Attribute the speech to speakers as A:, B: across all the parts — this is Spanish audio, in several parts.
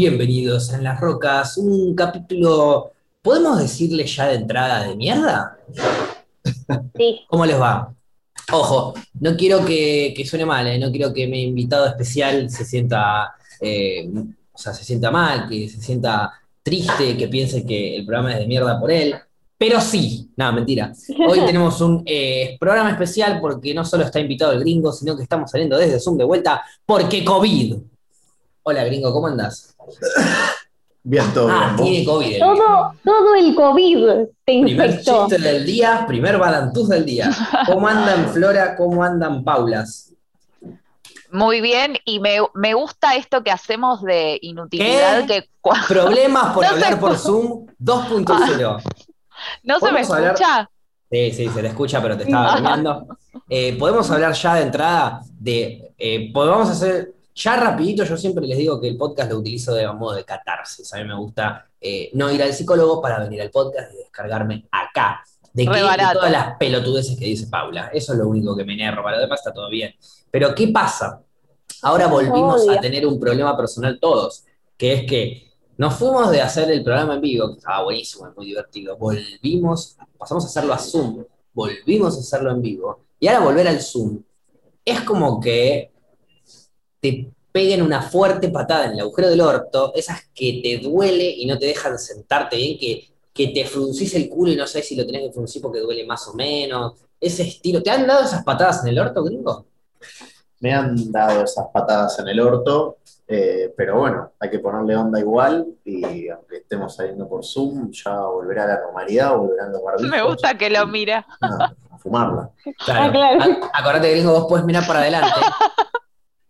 A: Bienvenidos a En las Rocas, un capítulo, ¿podemos decirle ya de entrada de mierda?
B: Sí,
A: ¿Cómo les va? Ojo, no quiero que, que suene mal, ¿eh? no quiero que mi invitado especial se sienta, eh, o sea, se sienta mal, que se sienta triste, que piense que el programa es de mierda por él, pero sí, nada, mentira. Hoy tenemos un eh, programa especial porque no solo está invitado el gringo, sino que estamos saliendo desde Zoom de vuelta porque COVID. Hola gringo, ¿cómo andás?
C: Bien, todo
A: Ah,
C: bien.
A: tiene COVID. el
B: todo, todo el COVID te
A: Primer
B: infectó.
A: chiste del día, primer balantús del día. ¿Cómo andan Flora? ¿Cómo andan Paulas?
D: Muy bien, y me, me gusta esto que hacemos de inutilidad,
A: ¿Qué?
D: que cua-
A: Problemas por
D: No Ah.
A: hablar
D: sé.
A: por Zoom 2.0.
D: no se me
A: ¿Podemos hablar?
D: escucha.
A: Sí, sí, se te escucha, pero te estaba bromeando. Eh, Podemos hablar ya de entrada de. eh, podemos hacer. Ya rapidito, yo siempre les digo que el podcast lo utilizo de modo de catarsis. A mí me gusta eh, no ir al psicólogo para venir al podcast y descargarme acá. De,
D: Re
A: qué? De
D: barato.
A: todas las pelotudeces que dice Paula. Eso es lo único que me enerva. Para lo demás está todo bien. Pero ¿qué pasa? Ahora volvimos
B: Obvio.
A: a tener un problema personal todos, que es que nos fuimos de hacer el programa en vivo, que estaba buenísimo, muy divertido. Volvimos, pasamos a hacerlo a Zoom, volvimos a hacerlo en vivo. Y ahora volver al Zoom es como que te peguen una fuerte patada en el agujero del orto, esas que te duele y no te dejan sentarte bien, que, que te fruncís el culo y no sabes si lo tenés que fruncir porque duele más o menos. Ese estilo. ¿Te han dado esas patadas en el orto, gringo?
C: Me han dado esas patadas en el orto, eh, pero bueno, hay que ponerle onda igual y aunque estemos saliendo por Zoom, ya volverá a la normalidad, volverán los barbijos.
D: Me gusta que lo mira.
C: Ah, a fumarla.
A: Claro.
B: Ah, claro.
A: A- acordate, gringo, vos podés mirar para adelante.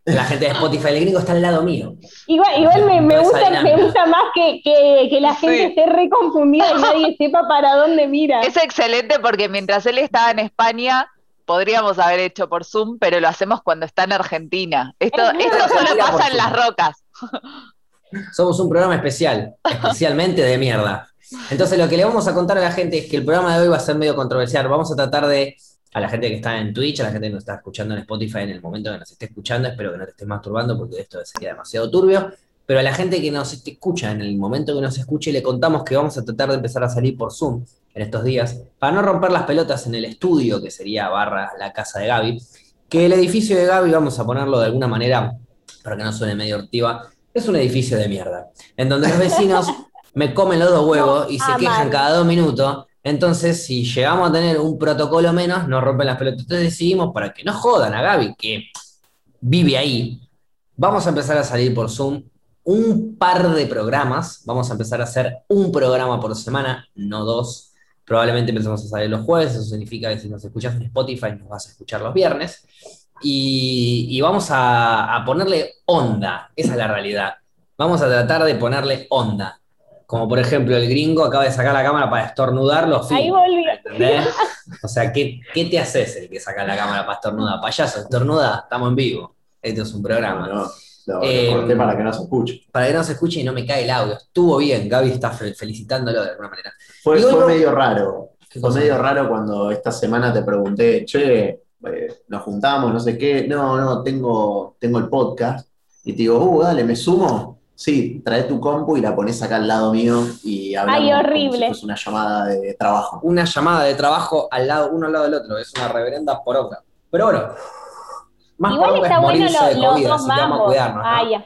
A: La gente de Spotify, el gringo está al lado mío.
B: Igual, igual me, me
A: Esa
B: gusta,
A: dinámica.
B: me gusta más que, que- que la
D: Sí.
B: gente esté reconfundida y nadie sepa para dónde mira.
D: Es excelente porque mientras él estaba en España, podríamos haber hecho por Zoom, pero lo hacemos cuando está en Argentina. Esto,
B: Es
D: esto
A: verdad.
D: solo
A: Mira por
D: pasa en
A: Zoom.
D: las rocas.
A: Somos un programa especial, especialmente de mierda. Entonces, lo que le vamos a contar a la gente es que el programa de hoy va a ser medio controversial. Vamos a tratar de, a la gente que está en Twitch, a la gente que nos está escuchando en Spotify en el momento que nos esté escuchando, espero que no te estés masturbando porque esto sería demasiado turbio. Pero a la gente que nos este- escucha en el momento que nos escuche, le contamos que vamos a tratar de empezar a salir por Zoom en estos días, para no romper las pelotas en el estudio, que sería barra la casa de Gaby, que el edificio de Gaby, vamos a ponerlo de alguna manera, para que no suene medio hortiva, es un edificio de mierda, en donde los vecinos me comen los dos huevos y se
B: aman.
A: quejan cada dos minutos. Entonces, si llegamos a tener un protocolo menos, nos rompen las pelotas. Entonces decidimos, para que no jodan a Gaby, que vive ahí, vamos a empezar a salir por Zoom un par de programas. Vamos a empezar a hacer un programa por semana, no dos. Probablemente empecemos a salir los jueves, eso significa que si nos escuchas en Spotify nos vas a escuchar los viernes. Y, y vamos a, a ponerle onda, esa es la realidad. Vamos a tratar de ponerle onda. Como por ejemplo el gringo acaba de sacar la cámara para estornudar los
B: Ahí
A: filma,
B: volví.
A: ¿entendés? O sea, ¿qué, qué te haces el que saca la cámara para estornudar? Payaso, estornuda, estamos en vivo. Esto es un programa.
C: No, no, lo- lo
A: Eh,
C: corté para que no se escuche.
A: Para que no se escuche y no me cae el audio. Estuvo bien, Gaby está fe- felicitándolo de alguna manera.
C: Fue,
A: digo,
C: fue
A: no-
C: medio raro.
A: ¿Qué
C: Fue
A: cosa?
C: medio raro cuando esta semana te pregunté, che, eh, nos juntamos, no sé qué. No, no, tengo, tengo el podcast. Y te digo, uh, dale, me sumo. Sí, trae tu compu y la pones acá al lado mío y hablamos.
B: Ay, horrible.
C: Es una llamada de trabajo.
A: Una llamada de trabajo al lado, uno al lado del otro, es una reverenda poronga. Pero bueno, más
B: Igual
A: poronga
B: está
A: es
B: bueno
A: morirse
B: lo-
A: de
B: los
A: COVID, así
B: dos
A: que vamos a
B: mambos.
A: cuidarnos. ¿no?
B: Ay, ya.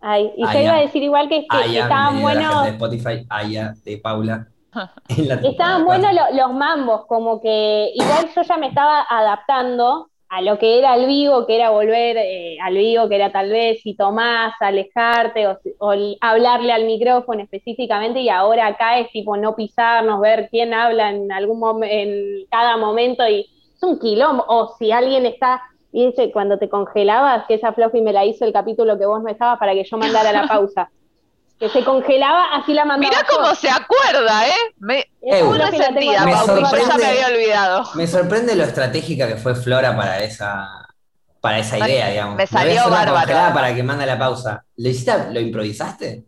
B: Ay, y
A: Ay,
B: yo iba
A: ya.
B: a decir igual que, que- que
A: Aya,
B: estaban
A: bienvenida a la
B: buenos,
A: gente de Spotify, Aya de Paula. en la temporada.
B: estaban buenos lo- los mambos, como que igual yo ya me estaba adaptando a lo que era el vivo, que era volver eh, al vivo, que era tal vez si tomás, alejarte o, si- o el- hablarle al micrófono específicamente y ahora acá es tipo no pisarnos, ver quién habla en algún mom- en cada momento y es un quilombo, o si alguien está y dice cuando te congelabas, que esa Fluffy me la hizo el capítulo que vos no estabas para que yo mandara la pausa. Que se congelaba, así la mandaba.
D: Mira
B: yo.
D: cómo se acuerda, ¿eh? Me,
B: Esa
A: Ew.
D: muy
B: Fluffy la tengo
D: resentida,
B: acá.
A: Me
D: Pau, yo ya
A: sorprende.
D: me había olvidado.
A: Me sorprende lo estratégica que fue Flora para esa, para esa
D: Me-
A: idea, digamos.
D: me
A: Lo voy a
D: salió
A: hacer la
D: bárbaro.
A: congelada Para que mande la pausa. ¿Lo hiciste? ¿Lo improvisaste?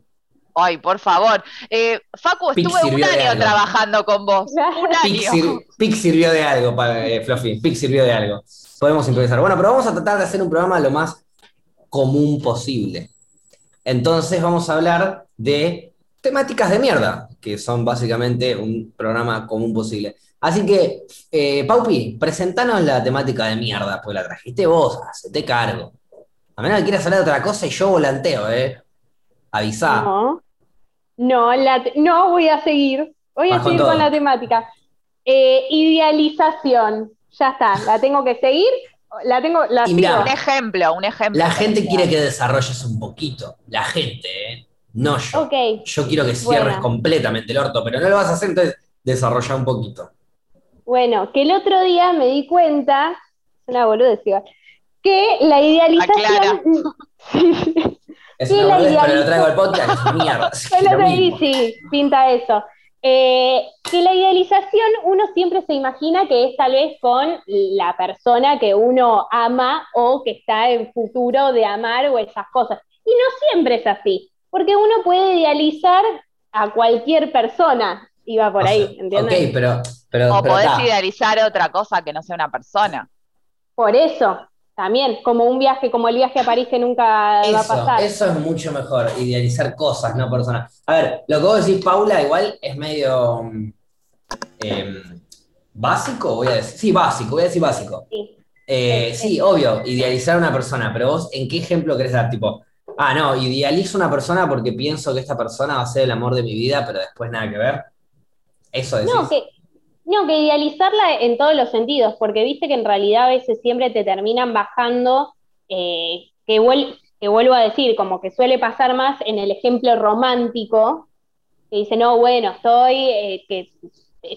D: Ay, por favor. Eh, Facu,
A: Pic
D: estuve un
A: sirvió de
D: año
A: algo.
D: trabajando con vos. Un
A: Pic,
D: año.
A: sir- Pic sirvió de algo, pa- eh, Fluffy. Pic sirvió de algo. Podemos improvisar. Bueno, pero vamos a tratar de hacer un programa lo más común posible. Entonces vamos a hablar de temáticas de mierda, que son básicamente un programa común posible. Así que, eh, Paupi, presentanos la temática de mierda, pues la trajiste vos, hacete cargo. A menos que quieras hablar de otra cosa y yo volanteo, ¿eh? Avisá.
B: No, no, la te- no voy a seguir. Voy
A: Vas
B: a
A: con
B: seguir
A: todo.
B: con, la temática. Eh, idealización. Ya está. ¿La tengo que seguir? La tengo. La
A: Y mirá,
B: sigo.
D: Un ejemplo, un ejemplo.
A: La gente
D: Mira.
A: quiere que desarrolles un poquito. La gente, ¿eh? No yo.
B: Ok.
A: Yo quiero que cierres
B: Bueno.
A: completamente el orto, pero no lo vas a hacer, entonces desarrolla un poquito.
B: Bueno, que el otro día me di cuenta, es una boludez igual, que la idealización. Sí, sí.
A: Es
B: Sí,
A: una
B: la
A: boludez, pero lo
B: idealizo.
A: traigo al podcast, es mierda. es
B: Bueno,
A: lo
B: pero ahí
A: mismo.
B: sí, pinta eso. Eh, que la idealización uno siempre se imagina que es tal vez con la persona que uno ama o que está en futuro de amar o esas cosas. Y no siempre es así, porque uno puede idealizar a cualquier persona, iba por
A: O sea,
B: ahí, ¿entiendes?
A: Ah, Ok, pero, pero,
D: O
A: pero
D: podés
A: ta,
D: idealizar otra cosa que no sea una persona.
B: Por eso, también, como un viaje, como el viaje a París que nunca va a
A: eso,
B: pasar.
A: eso es mucho mejor, idealizar cosas, no personas. A ver, lo que vos decís, Paula, igual es medio mm, em, básico, voy a decir. Sí, básico, voy a decir básico.
B: Sí.
A: Eh,
B: Sí,
A: sí, obvio, idealizar a una persona, pero vos, ¿en qué ejemplo querés dar? Tipo, ah, no, idealizo a una persona porque pienso que esta persona va a ser el amor de mi vida, pero después nada que ver. Eso decís.
B: No, que, no, que idealizarla en todos los sentidos, porque viste que en realidad a veces siempre te terminan bajando, eh, que, vuel- que vuelvo a decir, como que suele pasar más en el ejemplo romántico, que dice, no, bueno, estoy, eh, que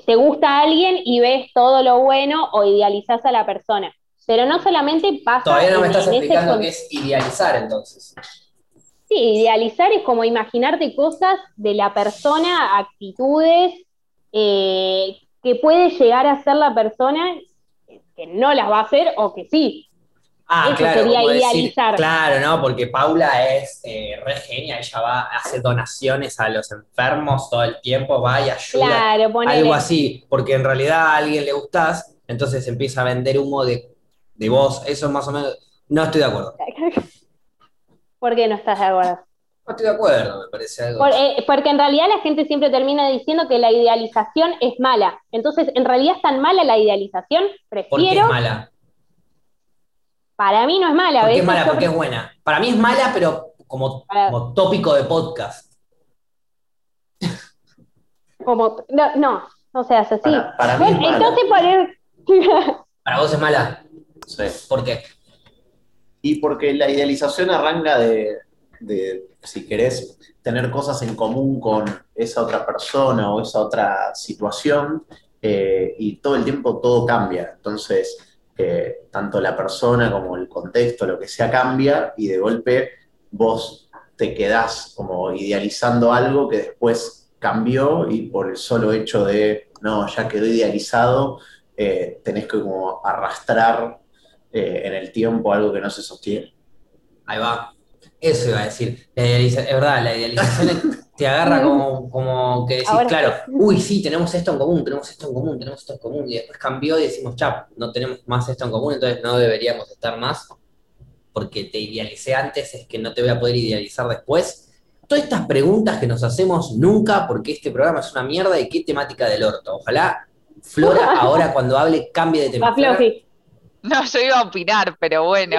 B: te gusta alguien y ves todo lo bueno o idealizás a la persona. Pero no solamente pasa
A: Todavía no me
B: en-
A: estás
B: en ese
A: explicando
B: con-
A: qué es idealizar entonces.
B: Sí, idealizar es como imaginarte cosas de la persona, actitudes eh, que puede llegar a ser la persona que no las va a hacer o que sí.
A: Ah,
B: Eso
A: claro,
B: sería
A: como decir-
B: idealizar.
A: claro, ¿no? Porque Paula es eh, re genia, ella va, hace donaciones a los enfermos todo el tiempo, va y ayuda.
B: Claro, ponele.
A: Algo así, porque en realidad a alguien le gustás, entonces empieza a vender humo de, de vos. Eso es más o menos. No estoy de acuerdo.
B: ¿Por qué no estás de acuerdo?
A: No estoy de acuerdo, me parece algo.
B: Por- eh, porque en realidad la gente siempre termina diciendo que la idealización es mala. Entonces, en realidad es tan mala la idealización,
A: Porque
B: prefiero,
A: es mala.
B: para mí no es mala. a
A: Porque es
B: veces
A: mala,
B: yo
A: porque es buena. Para mí es mala, pero como,
B: Para-
A: como tópico de podcast.
B: pre- como- no, no, no seas así.
C: Para, para mí
B: Bueno,
C: es mala.
B: entonces poner...
A: Para vos es mala.
C: Sí.
A: ¿Por qué?
C: Y porque la idealización arranca de, de, si querés, tener cosas en común con esa otra persona o esa otra situación, eh, y todo el tiempo todo cambia. Entonces, eh, tanto la persona como el contexto, lo que sea, cambia y de golpe vos te quedás como idealizando algo que después cambió y por el solo hecho de, no, ya quedó idealizado, eh, tenés que como arrastrar eh, en el tiempo algo que no se sostiene.
A: Ahí va. Eso iba a decir. La idealiza- es verdad, la idealización es- te agarra como, como que decís,
B: Ahora-
A: claro, uy, sí, tenemos esto en común, tenemos esto en común, tenemos esto en común. Y después cambió y decimos, chap, no tenemos más esto en común, entonces no deberíamos estar más. Porque te idealicé antes, es que no te voy a poder idealizar después. Todas estas preguntas que nos hacemos nunca, porque este programa es una mierda y qué temática del orto. Ojalá Flora ahora cuando hable cambie de tema.
B: Va,
A: Flora,
B: Flofi.
D: No, yo iba a opinar, pero bueno.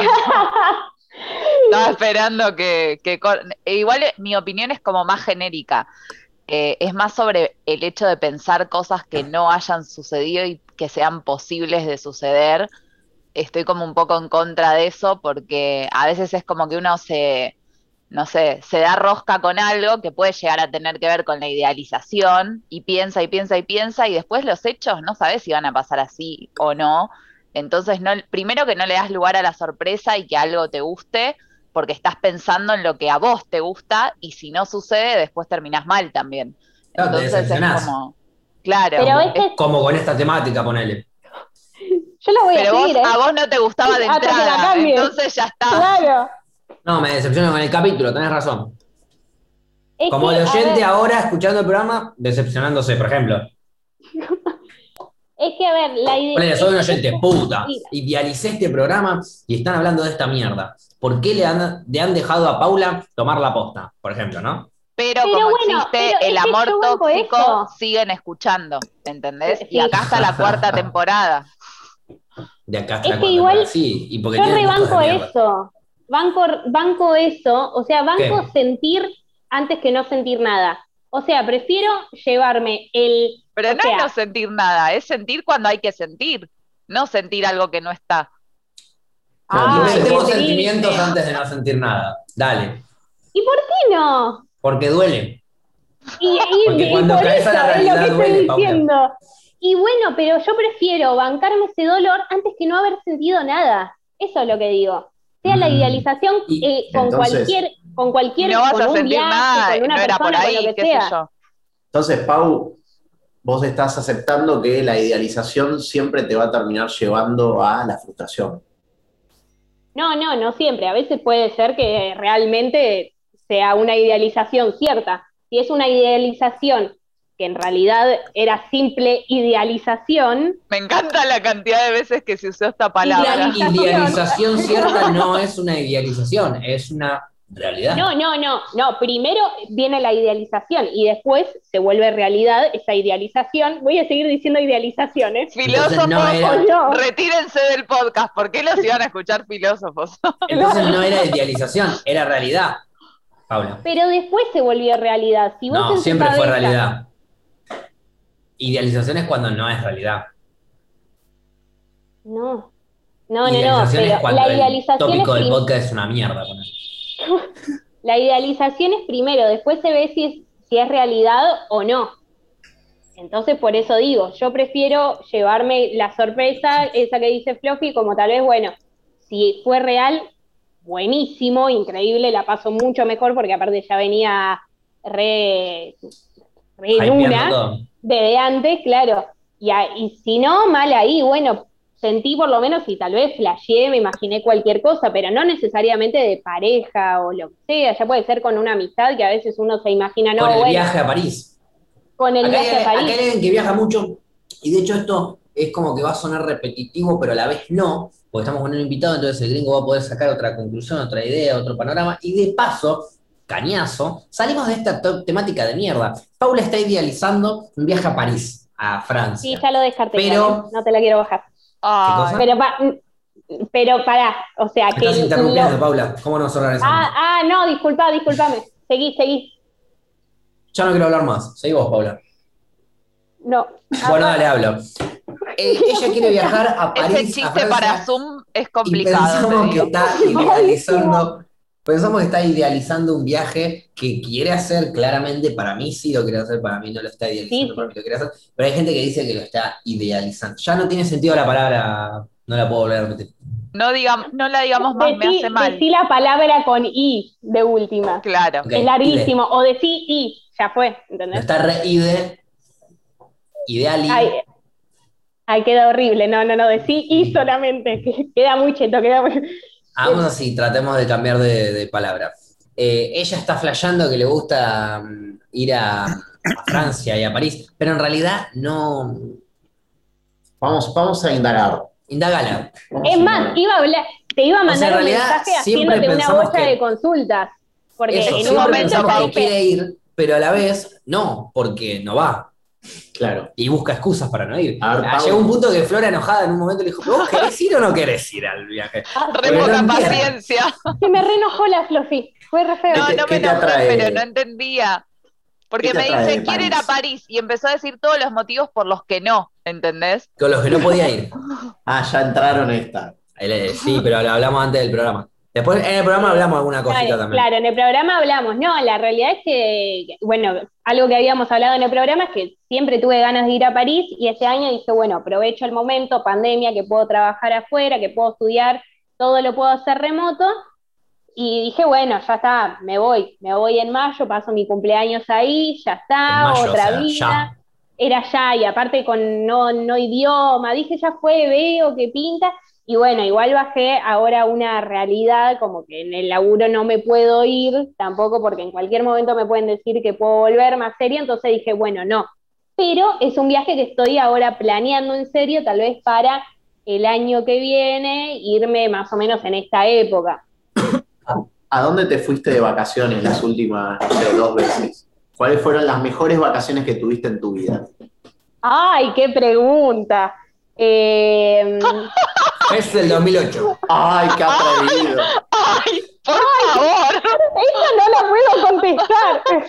D: Estaba esperando que, que cor- e Igual eh, mi opinión es como más genérica. Eh, es más sobre el hecho de pensar cosas que no hayan sucedido y que sean posibles de suceder. Estoy como un poco en contra de eso porque a veces es como que uno se, no sé, se da rosca con algo que puede llegar a tener que ver con la idealización y piensa y piensa y piensa y después los hechos no sabes si van a pasar así o no. Entonces, no, primero que no le das lugar a la sorpresa y que algo te guste, porque estás pensando en lo que a vos te gusta y si no sucede, después terminás mal también.
A: Claro, te
D: Entonces es
A: decepcionás.
D: como, claro,
B: Pero este a veces
A: Como con esta temática, ponele.
B: yo la voy
D: pero
B: a
D: vos,
B: seguir, ¿eh?
D: a vos no te gustaba de
B: Hasta que la
D: entrada,
B: cambien.
D: entonces ya está.
B: Claro.
A: No, me decepciono con el capítulo, tenés razón.
B: Es
A: Como
B: que,
A: el
B: a
A: oyente
B: ver,
A: ahora escuchando el programa, decepcionándose, por ejemplo.
B: Es que, a ver, la idea.
A: Ponele, soy un oyente,
B: es-
A: puta.
B: Mira,
A: Idealicé este programa y están hablando de esta mierda. ¿Por qué le han, le han dejado a Paula tomar la posta, por ejemplo, no?
D: Pero,
B: Pero
D: como
B: bueno,
D: existe
B: pero es
D: el
B: que
D: amor
B: yo banco
D: tóxico,
B: eso.
D: siguen escuchando, ¿entendés?
B: Sí.
D: Y acá está la cuarta temporada.
A: De acá hasta
B: Es
A: la
B: que
A: cuarta
B: igual
A: temporada. Sí, y porque
B: Yo
A: tienen gustos de
B: rebanco
A: mierda.
B: eso. Banco, banco eso. O sea, banco
A: ¿Qué?
B: sentir antes que no sentir nada. O sea, prefiero llevarme el.
D: Pero
B: O
D: no
B: sea-
D: es no sentir nada, es sentir cuando hay que sentir, no sentir algo que no está.
A: Claro,
B: Ah,
A: Inventemos
B: qué
A: sentimientos
B: triste.
A: antes de no sentir nada. Dale.
B: ¿Y por qué no?
A: Porque duele.
B: Y, y-
A: Porque
B: y
A: cuando
B: por
A: caes
B: eso
A: a la
B: es lo
A: realidad
B: que estoy
A: duele, Paula.
B: diciendo. Y bueno, pero yo prefiero bancarme ese dolor antes que no haber sentido nada. Eso es lo que digo. Sea la
A: Mm.
B: idealización
A: Y-
B: eh, con
C: Entonces,
B: cualquier, con cualquier,
D: no vas
B: con
D: a
B: un
D: sentir
B: viaje,
D: nada,
B: con una
D: no era por
B: persona, con
D: ahí,
B: lo que
D: qué sé
B: sea.
D: yo.
C: Entonces, Pau, vos estás aceptando que la idealización siempre te va a terminar llevando a la frustración.
B: No, no, no siempre. A veces puede ser que realmente sea una idealización cierta. Si es una idealización que en realidad era simple idealización,
D: Me encanta la cantidad de veces que se usó esta palabra.
B: Idealiz-
A: La idealización cierta no es una idealización, es una realidad.
B: no, no, no, no. Primero viene la idealización y después se vuelve realidad esa idealización. Voy a seguir diciendo idealizaciones.
D: Filósofos,
A: no era-
B: Oh, no.
D: retírense del podcast, ¿por qué los iban a escuchar filósofos?
A: Entonces no era idealización, era realidad. Paula.
B: Pero después se volvió realidad. Si vos en
A: No,
B: tu
A: siempre fue
B: cabeza-
A: realidad. Idealización es cuando no es realidad.
B: No, no, no, no.
A: idealización es
B: Pero
A: cuando
B: la
A: el
B: idealización es
A: tópico del
B: prim-
A: podcast es una mierda.
B: La idealización es primero, después se ve si es, si es realidad o no. Entonces, por eso digo, yo prefiero llevarme la sorpresa, esa que dice Fluffy, como tal vez, bueno, si fue real, buenísimo, increíble, la paso mucho mejor porque aparte ya venía re, re en
A: Hypeando
B: una
A: todo.
B: desde antes, claro. Y, a- y si no, mal ahí, bueno, sentí por lo menos y tal vez flasheé, me imaginé cualquier cosa, pero no necesariamente de pareja o lo que sea, ya puede ser con una amistad que a veces uno se imagina, no,
A: con el
B: bueno,
A: viaje a París.
B: con el
A: acá, hay,
B: viaje a
A: acá hay
B: París.
A: alguien que viaja mucho, y de hecho esto es como que va a sonar repetitivo, pero a la vez no, porque estamos con un invitado, entonces el gringo va a poder sacar otra conclusión, otra idea, otro panorama, y de paso, cañazo, salimos de esta to- temática de mierda. Paula está idealizando un viaje a París, a
B: Sí,
A: Francia.
B: ya lo descarté,
A: Pero-
B: Karen, no te la quiero bajar.
D: Ay,
B: Pero, pa- pero pará, o sea,
A: Me
B: que...
A: Estás
B: lo-
A: interrumpiendo, Paula, ¿cómo nos organizamos?
B: ah, ah, no, disculpa, disculpame. Seguí, seguí.
A: Ya no quiero hablar más, seguí vos, Paula.
B: No.
A: Bueno, dale, hablo. Eh, ella quiere viajar a París.
D: ese
A: a
D: chiste
A: Francia,
D: para Zoom es
A: Y
D: complicado. te
A: pensamos que
D: digo.
A: está idealizando, pensamos que está idealizando un viaje que quiere hacer, claramente para mí sí lo quiere hacer, para mí no lo está
B: Sí,
A: idealizando,
B: sí.
A: para mí lo quiere hacer, pero hay gente que dice que lo está idealizando. Ya no tiene sentido la palabra, no la puedo volver a repetir.
D: No, digamos, no la digamos más, me
B: Decí-
D: hace mal.
B: decí la palabra con I de última.
D: Claro.
A: Ok,
B: Es larguísimo. O de sí y ya fue,
A: No
B: ¿entendés?
A: está re ide, ideal y
B: Ay, ay, queda horrible. No, no, no, de sí y solamente. que Queda muy cheto, queda muy.
A: Vamos así, tratemos de cambiar de, de palabra. Eh, ella está flasheando que le gusta mm, ir a, a Francia y a París, pero en realidad no...
C: Vamos, vamos a indagar.
A: Indagala.
C: Vamos a
B: Es
C: indagar.
B: más, iba a hablar, te iba a
A: O sea,
B: mandar
A: en
B: un
A: realidad,
B: mensaje
A: siempre
B: haciéndote una
A: pensamos
B: bocha
A: que-
B: de consultas. Porque
A: Eso,
B: en un
A: siempre
B: momento
A: pensamos que
B: caí
A: quiere ir, pero a la vez no, porque no va.
C: Claro.
A: Y busca excusas para no ir.
C: A ver,
A: Ah,
C: Pau.
A: Llegó un punto que Flora enojada en un momento le dijo, ¿vos querés ir o no querés ir al viaje?
D: Re
A: Pero
D: poca
A: no
D: paciencia.
B: que "Ah, me reenojó la Fluffy. Fue re feo.
D: No,
C: ¿Qué te-
D: no me
C: qué te
D: enojé,
C: atrae?
D: pero no entendía. Porque
C: ¿Qué te
D: me
C: atrae de
D: dice, quiero ir a
C: París?
D: París. Y empezó a decir todos los motivos por los que no, ¿entendés?
A: Con los que no podía ir.
C: Ah, ya entraron esta.
A: Él, eh, Sí, pero lo hablamos antes del programa. Después en el programa hablamos alguna cosita
B: Claro,
A: también.
B: claro, en el programa hablamos, no, la realidad es que, bueno, algo que habíamos hablado en el programa es que siempre tuve ganas de ir a París y este año dije, bueno, aprovecho el momento, pandemia, que puedo trabajar afuera, que puedo estudiar, todo lo puedo hacer remoto. Y dije, bueno, ya está, me voy, me voy en mayo, paso mi cumpleaños ahí, ya está,
A: En mayo, o
B: otra
A: sea,
B: vida
A: ya.
B: era ya, y aparte con no, no idioma, dije ya fue, veo que pinta, y bueno, igual bajé ahora una realidad, como que en el laburo no me puedo ir, tampoco porque en cualquier momento me pueden decir que puedo volver más seria, entonces dije, bueno, no. pero es un viaje que estoy ahora planeando en serio, tal vez para el año que viene, irme más o menos en esta época.
C: ¿A dónde te fuiste de vacaciones las últimas, no sé, dos veces? ¿Cuáles fueron las mejores vacaciones que tuviste en tu vida?
B: ¡Ay, qué pregunta! Eh,
A: Es del 2008.
C: ¡Ay, qué atrevido!
D: ¡Ay, por favor!
B: Esta no la puedo contestar.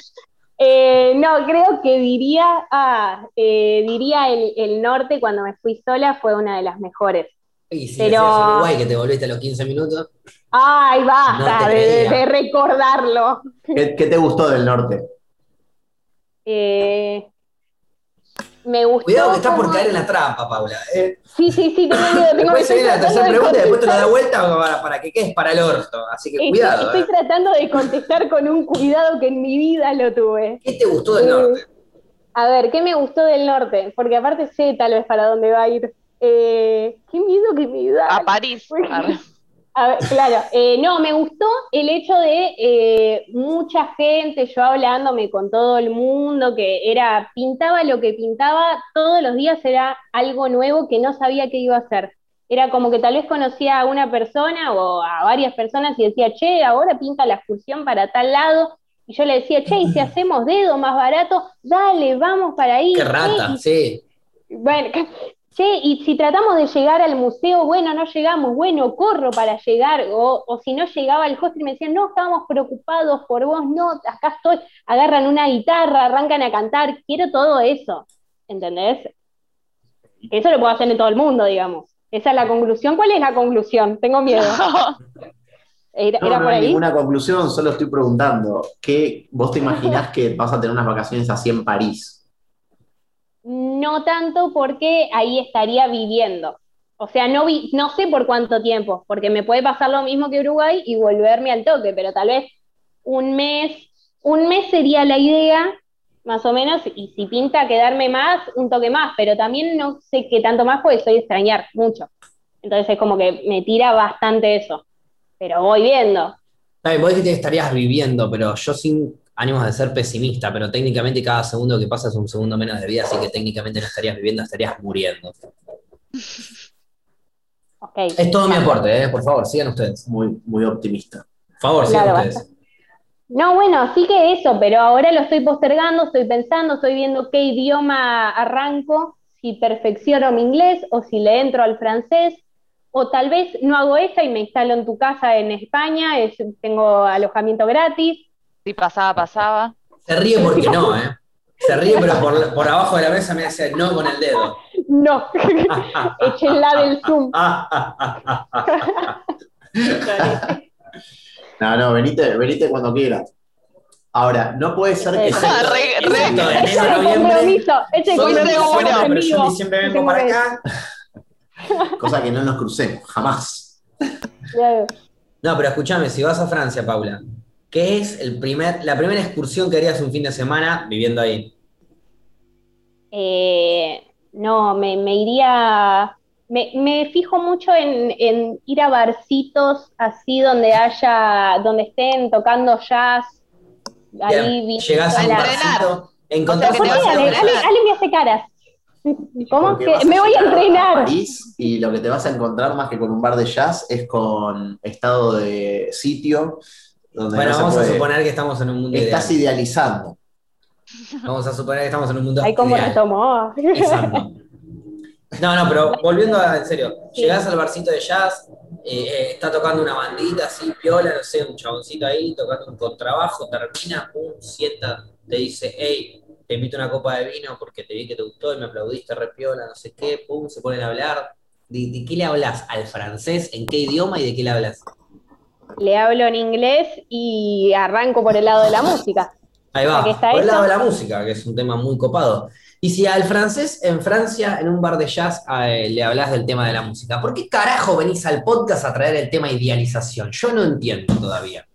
B: Eh, no, creo que diría, ah, eh, diría el, el norte cuando me fui sola fue una de las mejores.
A: Y si
B: Pero-
A: decías Uruguay que te volviste a los 15 minutos,
B: Ay, basta
A: No te
B: de,
A: creía.
B: de recordarlo.
C: ¿Qué, qué te gustó del norte?
B: Eh, me gustó.
A: cuidado que estás por
B: como-
A: caer en la trampa, Paula. ¿eh?
B: Sí, sí, sí, tengo miedo, tengo
A: Después viene
B: miedo.
A: la
B: Estoy
A: tercera
B: tratando de
A: pregunta y después te la da
B: contestar-
A: vuelta para, para que quedes para el orto. Así que
B: estoy-
A: cuidado.
B: Estoy
A: ¿eh?
B: tratando de contestar con un cuidado que en mi vida lo tuve.
A: ¿Qué te gustó
B: Uh.
A: del norte?
B: A ver, ¿qué me gustó del norte? Porque aparte sé tal vez para dónde va a ir. Eh, qué miedo que me da.
D: A París. Arre.
B: A ver, claro, eh, no, me gustó el hecho de eh, mucha gente, yo hablándome con todo el mundo, que era, pintaba lo que pintaba, todos los días era algo nuevo que no sabía qué iba a hacer. Era como que tal vez conocía a una persona o a varias personas y decía, che, ahora pinta la excursión para tal lado. Y yo le decía, che, y si hacemos dedo más barato, dale, vamos para ahí.
A: Qué
B: che,
A: rata,
B: y
A: sí.
B: bueno, ca- che, y si tratamos de llegar al museo, bueno, no llegamos, bueno, corro para llegar, o, o si no llegaba al hostel y me decían, no, estábamos preocupados por vos, no, acá estoy, agarran una guitarra, arrancan a cantar, quiero todo eso, ¿entendés? Eso lo puedo hacer en todo el mundo, digamos. Esa es la conclusión. ¿Cuál es la conclusión? Tengo miedo. ¿Era,
C: No,
B: era
C: no
B: por
C: hay
B: ahí?
C: ninguna conclusión, solo estoy preguntando. ¿Qué vos te imaginás que vas a tener unas vacaciones así en París?
B: No tanto porque ahí estaría viviendo. O sea, no, vi- no sé por cuánto tiempo, porque me puede pasar lo mismo que Uruguay y volverme al toque, pero tal vez un mes, un mes sería la idea, más o menos, y si pinta quedarme más, un toque más, pero también no sé qué tanto más porque soy extrañar mucho. Entonces es como que me tira bastante eso, pero voy viendo.
A: Está bien, vos dijiste que estarías viviendo, pero yo sin ánimos de ser pesimista, pero técnicamente cada segundo que pasa es un segundo menos de vida, así que técnicamente no estarías viviendo, estarías muriendo.
B: Ok.
A: Es todo mi aporte, ¿eh? por favor, sigan ustedes.
C: Muy, muy optimista.
A: Por favor, sigan
B: Claro,
A: ustedes.
B: No, bueno, sí que eso, pero ahora lo estoy postergando, estoy pensando, estoy viendo qué idioma arranco, si perfecciono mi inglés o si le entro al francés, o tal vez no hago esa y me instalo en tu casa en España, es- tengo alojamiento gratis.
D: Si pasaba, pasaba.
A: Se ríe porque no, ¿eh? Se ríe, pero por, por abajo de la mesa me hace no con el dedo.
B: No, échenla del Zoom.
A: Ah,
C: No, no, venite, venite cuando quieras. Ahora, no puede ser que
B: Sí.
C: sea-
D: Re- re-
A: Excepto de enero
B: Ese es
A: a
B: el
A: noviembre.
B: compromiso, ese es el
A: Soy
D: Soy
A: de
B: compromiso
D: segura,
A: pero
B: estamos en
A: yo en
B: vivo.
A: diciembre vengo
B: Tengo
A: para
B: que-
A: acá.
C: cosa que no nos crucemos, jamás.
B: Claro.
A: No, pero escúchame, si vas a Francia, Paula, ¿qué es el primer, la primera excursión que harías un fin de semana viviendo ahí?
B: Eh, no, me, me iría. Me, me fijo mucho en, en ir a barcitos así donde haya, donde estén tocando jazz. Ahí vi-
A: Llegás a un
D: la-
A: barcito, encontrás
D: O sea,
B: ¿Por
A: un
B: qué
D: que te vas a
A: barcito
B: Ale, Ale,
D: entrenar.
B: Ale me hace caras? ¿Cómo?
C: Porque
B: que-
C: vas
B: Me voy a
C: llegar
B: entrenar.
C: París y lo que te vas a encontrar más que con un bar de jazz es con estado de sitio. Donde
A: Bueno,
C: no se
A: vamos a
C: puede.
A: suponer que estamos en un mundo
C: Estás
A: ideal.
C: idealizando.
A: Vamos a suponer que estamos en un mundo
B: Ay, cómo
A: ideal.
B: retomó.
A: Exacto. No, no, pero volviendo a, en serio, llegás al barcito de jazz, eh, eh, está tocando una bandita así, piola, no sé, un chaboncito ahí, tocando un contrabajo, termina, pum, sienta, te dice, hey, te invito a una copa de vino porque te vi que te gustó y me aplaudiste, re piola, no sé qué, pum, se ponen a hablar. ¿De, de qué le hablas? ¿Al francés? ¿En qué idioma y de qué le hablas?
B: Le hablo en inglés y arranco por el lado de la música.
A: Ahí
B: O sea,
A: va,
B: que está
A: por el
B: eso.
A: lado de la música, que es un tema muy copado. Y si al francés en Francia, en un bar de jazz, eh, le hablas del tema de la música, ¿por qué carajo venís al podcast a traer el tema idealización? Yo no entiendo todavía.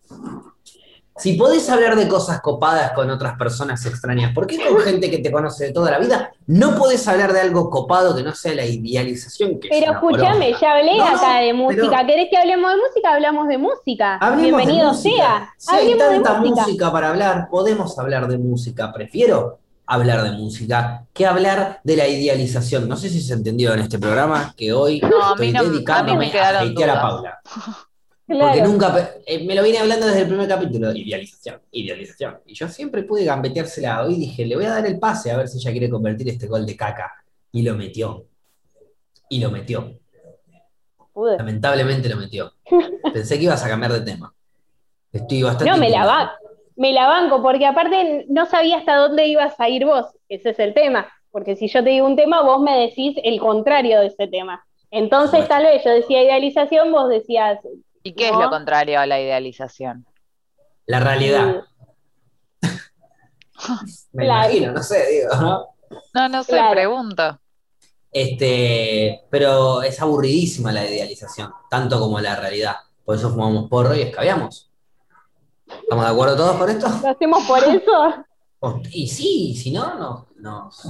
A: Si podés hablar de cosas copadas con otras personas extrañas, ¿por qué con gente que te conoce de toda la vida no podés hablar de algo copado que no sea la idealización que es
B: Pero
A: una
B: escúchame,
A: poronga?
B: ya hablé
A: No, no,
B: acá de música.
A: pero-
B: ¿Querés que hablemos de música? Hablamos de música.
A: Hablemos de
B: Bienvenido
A: música.
B: sea.
A: Si hay
B: Hablemos de
A: tanta música para hablar, podemos hablar de música. Prefiero hablar de música que hablar de la idealización. No sé si se entendió en este programa que hoy
D: No, a
A: estoy
D: mí no- a mí me
A: dedicándome a
D: quedaron
A: hatear a
D: dudas.
A: Paula. Porque
B: Claro.
A: nunca pe- eh, me lo vine hablando desde el primer capítulo, idealización, idealización. Y yo siempre pude gambeteársela. Hoy dije, le voy a dar el pase a ver si ella quiere convertir este gol de caca. Y lo metió. Y lo metió.
B: Pude.
A: Lamentablemente lo metió. Pensé que ibas a cambiar de tema. Estoy bastante.
B: No, me la,
A: indignado.
B: ba- me la banco, porque aparte no sabía hasta dónde ibas a ir vos. Ese es el tema. Porque si yo te digo un tema, vos me decís el contrario de ese tema. Entonces,
A: Bueno.
B: tal vez yo decía idealización, vos decías.
D: ¿Y qué es
B: No.
D: lo contrario a la idealización?
A: La realidad. Me
B: Mm, Claro.
A: imagino, no sé, digo, ¿no?
D: No, no sé,
B: Claro.
D: pregunto.
A: Este, pero es aburridísima la idealización, tanto como la realidad. Por eso fumamos porro y escabiamos. ¿Estamos de acuerdo todos con esto?
B: ¿Lo hacemos por eso?
A: O- Y sí, si no, no, nos-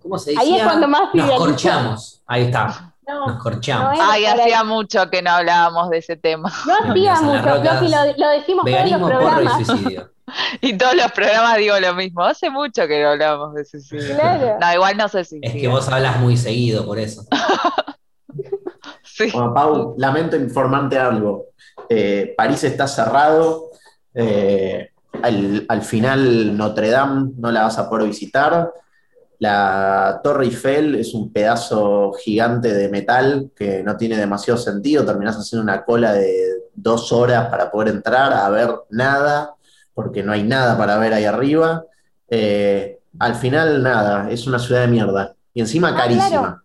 A: ¿Cómo se decía?
B: Ahí es cuando más
A: Nos
B: idealiza.
A: corchamos. Ahí está,
B: No,
A: nos corchamos.
B: Bueno,
D: Ay,
B: para-
D: hacía mucho que no hablábamos de ese tema.
B: no hacía
A: Bienvenidos a las
B: mucho, Floki, lo,
A: rocas.
B: lo decimos todos los
A: Veganismo, porro y
B: programas.
A: suicidio.
D: Y todos los programas digo lo mismo. Hace mucho que no hablábamos de suicidio.
B: Claro.
D: No, igual no sé si.
A: Es que vos hablas muy seguido, por eso.
D: Sí.
C: Bueno, Pau, lamento informarte algo. Eh, París está cerrado. Eh, al, al final Notre Dame no la vas a poder visitar. La Torre Eiffel es un pedazo gigante de metal que no tiene demasiado sentido. Terminás haciendo una cola de dos horas para poder entrar a ver nada, porque no hay nada para ver ahí arriba. Eh, al final, nada, es una ciudad de mierda. Y encima
B: Ah,
C: carísima.
B: claro.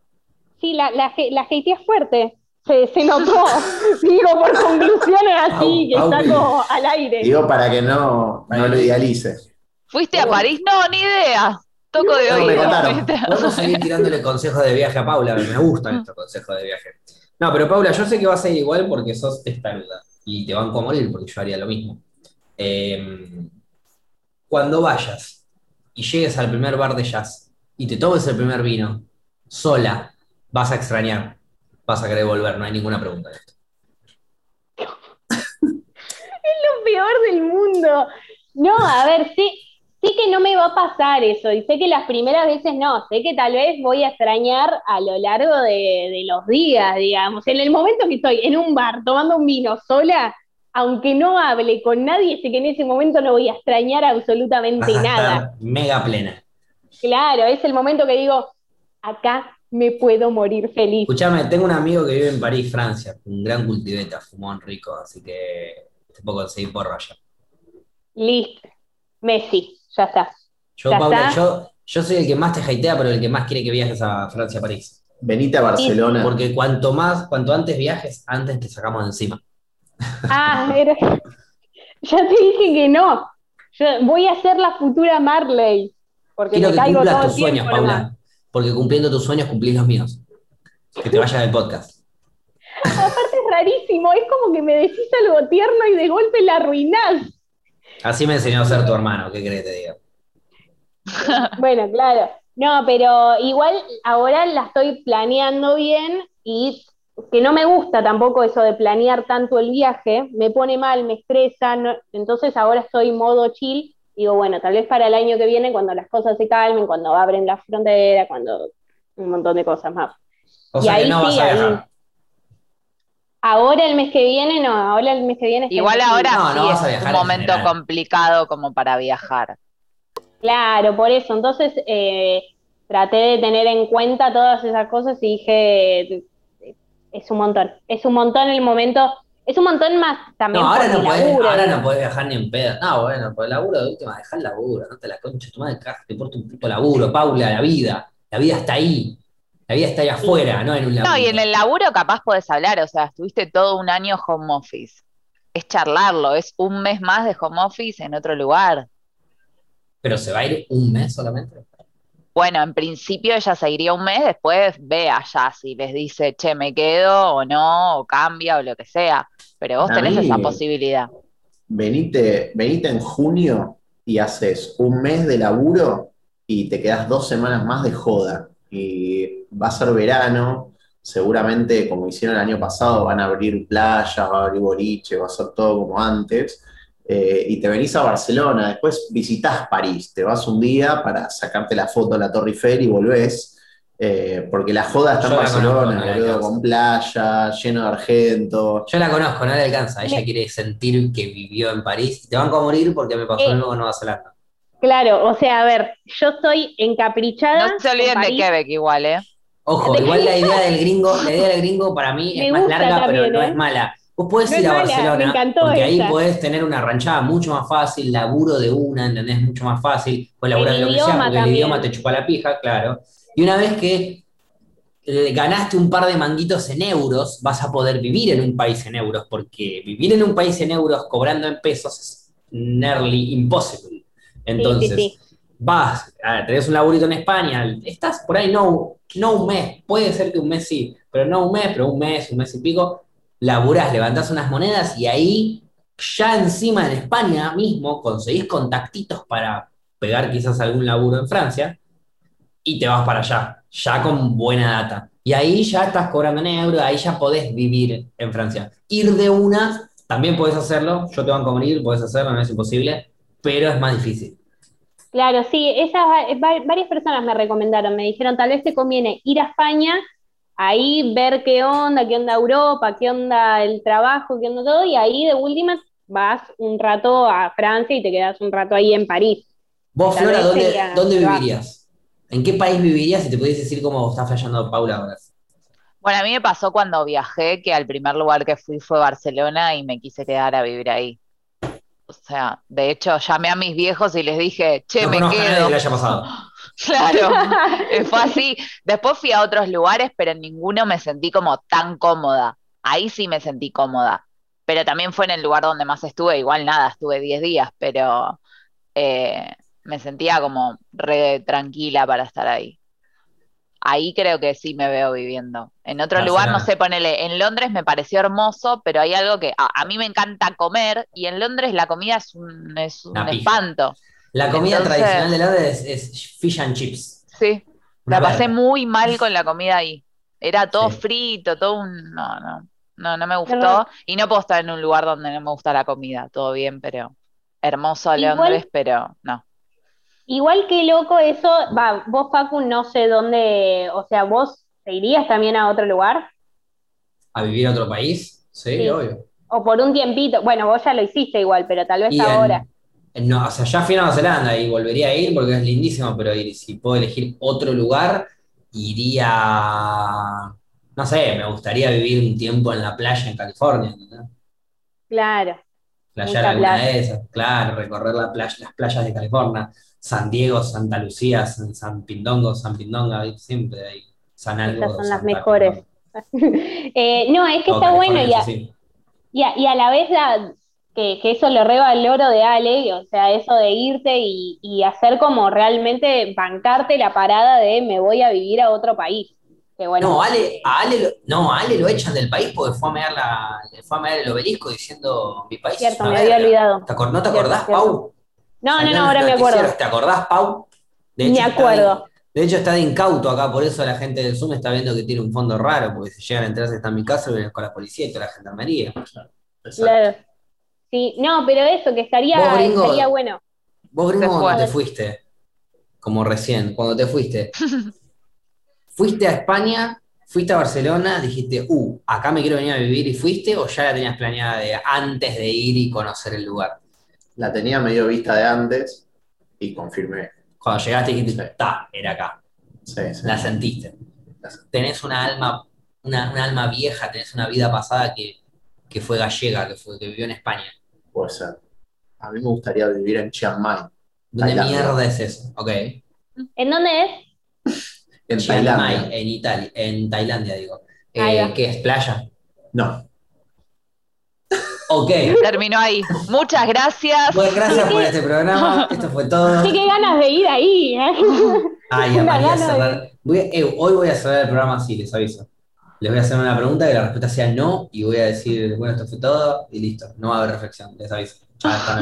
B: Sí, la, la, ge- la hateé fuerte. Se, se notó. Digo, por conclusiones así, que
A: Au, au.
B: saco al aire.
C: Digo para que no, no lo idealices.
D: ¿Fuiste a París? No, ni idea. Toco de
C: No, me
D: oído.
C: contaron.
A: Vamos a seguir tirándole consejos de viaje a Paula, me gustan estos consejos de viaje. No, pero Paula, yo sé que vas a ir igual porque sos testaruda y te banco a morir porque yo haría lo mismo. Eh, cuando vayas y llegues al primer bar de jazz y te tomes el primer vino, sola, vas a extrañar, vas a querer volver, no hay ninguna pregunta de esto.
B: Lo peor del mundo. No, a ver, sí, sí que no me va a pasar eso. Y sé que las primeras veces no. Sé que tal vez voy a extrañar a lo largo de, de los días, digamos. En el momento que estoy en un bar tomando un vino sola, aunque no hable con nadie, sé que en ese momento no voy a extrañar
A: Vas
B: absolutamente
A: a
B: nada.
A: estar mega plena.
B: Claro, es el momento que digo, acá me puedo morir feliz.
A: Escuchame, tengo un amigo que vive en París, Francia, un gran cultiveta, fumón rico, así que te puedo conseguir porro allá.
B: Listo. Messi, ya está.
A: Yo,
B: Ya
A: Paula,
B: está.
A: yo, yo soy el que más te hatea, pero el que más quiere que viajes a Francia, a París.
C: Venite a Barcelona.
A: Porque cuanto más, cuanto antes viajes, antes te sacamos de encima.
B: Ah, era- ya te dije que no. Yo voy a ser la futura Marley. Porque
A: Quiero
B: me
A: que
B: caigo
A: cumplas
B: todo
A: tus
B: el tiempo.
A: sueños, Paula.
B: nomás.
A: Porque cumpliendo tus sueños, cumplís los míos. Que te vayas del podcast.
B: Aparte es rarísimo, es como que me decís algo tierno y de golpe la arruinás.
A: Así me enseñó a ser tu hermano, ¿qué crees que te diga?
B: Bueno, claro. No, pero igual ahora la estoy planeando bien y que no me gusta tampoco eso de planear tanto el viaje, me pone mal, me estresa, no- entonces ahora estoy modo chill, digo, bueno, tal vez para el año que viene, cuando las cosas se calmen, cuando abren la frontera, cuando un montón de cosas más.
A: O
B: Y
A: sea que
B: ahí
A: no vas
B: sí,
A: a
B: ahí-
A: viajar.
B: Ahora el mes que viene, no, ahora el mes que viene. estoy
D: Igual
B: chill.
D: ahora
A: No, no
D: sí
A: vas a
D: es
A: viajar
D: un
A: en
D: momento
A: general.
D: complicado como para viajar.
B: Claro, por eso. Entonces eh, traté de tener en cuenta todas esas cosas y dije, es un montón, es un montón el momento, es un montón más también
A: No, ahora
B: por
A: no,
B: mi
A: podés,
B: laburo, ¿eh?
A: ahora
B: ¿no?
A: no podés viajar ni en pedo. No, bueno, por el laburo de última, dejá el laburo, no te la concha tu madre, carajo, te importa un puto laburo, Paula, la vida. La vida está ahí. La vida está ahí afuera, no en un laburo.
D: No, y en el laburo capaz podés hablar, o sea, estuviste todo un año home office. Es charlarlo, es un mes más de home office en otro lugar.
A: Pero se va a ir un mes solamente.
D: Bueno, en principio ella se iría un mes, después ve allá si les dice, che, me quedo o no, o cambia o lo que sea. Pero vos
C: A
D: tenés
C: mí-
D: esa posibilidad.
C: Venite, venite en junio y haces un mes de laburo y te quedas dos semanas más de joda. Y va a ser verano. Seguramente, como hicieron el año pasado, van a abrir playas, va a abrir boliche, va a ser todo como antes. eh, y te venís a Barcelona, después visitas París, te vas un día para sacarte la foto a la Torre Eiffel y volvés, eh, porque la joda está
A: Yo
C: en
A: la
C: Barcelona,
A: conozco, no la
C: boludo,
A: alcanzo.
C: con playa, lleno de argento.
A: Yo la conozco, no le alcanza. Ella quiere sentir que vivió en París. Y Te van a morir porque me pasó
B: Eh.
A: luego en Nueva Zelanda.
B: Claro, o sea, a ver, yo estoy encaprichada.
D: No se olviden
B: con
D: de
B: París.
D: Quebec igual, ¿eh?
A: Ojo,
B: De-
A: igual la idea del gringo, la idea del gringo para mí
B: Me
A: es más
B: gusta
A: larga, pero
B: también,
A: no
B: ¿eh?
A: es mala. Vos podés
B: No es
A: ir a
B: mala, me
A: Barcelona,
B: encantó
A: porque ahí
B: esa.
A: podés tener una ranchada mucho más fácil, laburo de una, ¿entendés? Mucho más fácil, podés laburar
B: El
A: de lo que sea,
B: idioma
A: porque el
B: también.
A: idioma te chupa la pija, claro. Y una vez que eh, ganaste un par de manguitos en euros, vas a poder vivir en un país en euros, porque vivir en un país en euros cobrando en pesos es nearly impossible. Entonces,
B: sí.
A: vas, a- tenés un laburito en España, estás por ahí no, no un mes, puede ser que un mes sí, pero no un mes, pero un mes, un mes y pico, laburás, levantás unas monedas y ahí ya encima en España mismo conseguís contactitos para pegar quizás algún laburo en Francia y te vas para allá, ya con buena data. Y ahí ya estás cobrando en euro, ahí ya podés vivir en Francia. Ir de una, también podés hacerlo, yo te van a morir, podés hacerlo, no es imposible, pero es más difícil.
B: Claro, sí, esas va- va- varias personas me recomendaron, me dijeron, tal vez te conviene ir a España, ahí ver qué onda, qué onda Europa, qué onda el trabajo, qué onda todo, y ahí de última vas un rato a Francia y te quedas un rato ahí en París.
A: Vos,
B: Tal
A: Flora,
B: vez
A: ¿dónde,
B: sería-
A: dónde
B: va.
A: vivirías? ¿En qué país vivirías si te pudiese decir cómo está fallando Paula ahora?
D: Bueno, a mí me pasó cuando viajé que al primer lugar que fui fue Barcelona y me quise quedar a vivir ahí. O sea, de hecho, llamé a mis viejos y les dije, che,
A: No
D: me
A: conozco a nadie
D: quedo.
A: que le haya pasado.
D: Claro, eh, fue así. Después fui a otros lugares, pero en ninguno me sentí como tan cómoda. Ahí sí me sentí cómoda. Pero también fue en el lugar donde más estuve. Igual nada, estuve 10 días, pero eh, me sentía como re tranquila para estar ahí. Ahí creo que sí me veo viviendo. En otro lugar, no
A: Barcelona.
D: sé, ponele, en Londres me pareció hermoso, pero hay algo que a, a mí me encanta comer y en Londres la comida es un, es un
A: Una pija.
D: espanto.
A: La comida
D: Entonces-
A: tradicional de Londres es, es fish and chips.
D: Sí.
A: Una
D: La pasé
A: verga.
D: muy mal con la comida ahí. Era todo
A: Sí.
D: frito, todo un... No, no, no, no me gustó. Y no puedo estar en un lugar donde no me gusta la comida. Todo bien, pero... Hermoso
B: Igual-
D: Londres, pero no.
B: Igual que loco eso, va, vos Facu, no sé dónde, o sea, vos te irías también a otro lugar,
A: ¿A vivir a otro país? Sí,
B: Sí.
A: obvio.
B: o por un tiempito, bueno, vos ya lo hiciste igual, pero tal vez
A: Y en-
B: ahora.
A: en- no, o sea, ya fui a Nueva Zelanda y volvería a ir porque es lindísimo, pero ir- si puedo elegir otro lugar, iría. No sé, me gustaría vivir un tiempo en la playa en California, ¿entendés?
B: Claro,
A: Playar
B: Mucha
A: alguna
B: playa.
A: de esas, claro, recorrer la playa, las playas de California, San Diego, Santa Lucía, San, San Pindongo, San Pindonga, ahí siempre hay San Algo.
B: Esas son las
A: Santa
B: mejores.
A: Pindonga.
B: Eh, no, es que
A: Todo
B: está bueno
A: California,
B: y, a-
A: eso sí.
B: Y a, y a la vez la- que, que eso lo revaloro de Ale, o sea, eso de irte y, y hacer como realmente bancarte la parada de me voy a vivir a otro país. Que bueno,
A: No, Ale, a Ale, lo- no, a Ale lo echan del país porque fue a mear, la, le fue a mear el obelisco diciendo mi país. es
B: cierto,
A: una
B: me había
A: verga".
B: olvidado.
A: ¿Te acor- ¿No te
B: Cierto,
A: acordás,
B: cierto.
A: Pau?
B: No, no,
A: Salió en
B: no,
A: los
B: ahora me
A: noticieros,
B: acuerdo.
A: ¿Te acordás, Pau? De
B: Me
A: está
B: acuerdo.
A: de- de hecho, está de incauto acá, por eso la gente del Zoom está viendo que tiene un fondo raro, porque si llegan a entrarse está en mi casa, vienen con la policía y toda la gendarmería.
B: Claro. Sí, no, pero eso, que estaría,
A: Vos, gringo,
B: estaría bueno.
A: Vos,
D: Se
A: Gringo,
D: fue.
A: cuando te fuiste, como recién, cuando te fuiste, ¿fuiste a España? ¿Fuiste a Barcelona? ¿Dijiste, uh, acá me quiero venir a vivir y fuiste? ¿O ya la tenías planeada de antes de ir y conocer el lugar?
C: La tenía medio vista de antes y confirmé.
A: Cuando llegaste dijiste, ta, era acá.
C: Sí, sí.
A: La sentiste.
C: La sentí.
A: Tenés una alma, una, una alma vieja, tenés una vida pasada que, que fue gallega, que, fue, que vivió en España.
C: Puede ser. A mí me gustaría vivir en Chiang Mai,
A: ¿Dónde
C: Tailandia.
A: mierda es eso? Ok.
B: ¿En dónde es?
C: en
A: Chiang Mai, eh,
C: Tailandia.
A: en Italia, en Tailandia, digo.
B: Ahí
A: Eh,
B: va.
A: ¿Qué es? ¿Playa?
C: No,
A: Ok.
D: Terminó ahí. Muchas gracias.
A: Bueno, gracias por este programa. Esto fue todo.
B: Sí, qué ganas de ir ahí, ¿eh?
A: Ay, a
B: Una
A: María
B: gana
A: cerrar. Ah, Voy a- eh, hoy voy a cerrar el programa así, les aviso. Les voy a hacer una pregunta que la respuesta sea no y voy a decir, bueno, esto fue todo y listo. No va a haber reflexión, les aviso. Ya está, no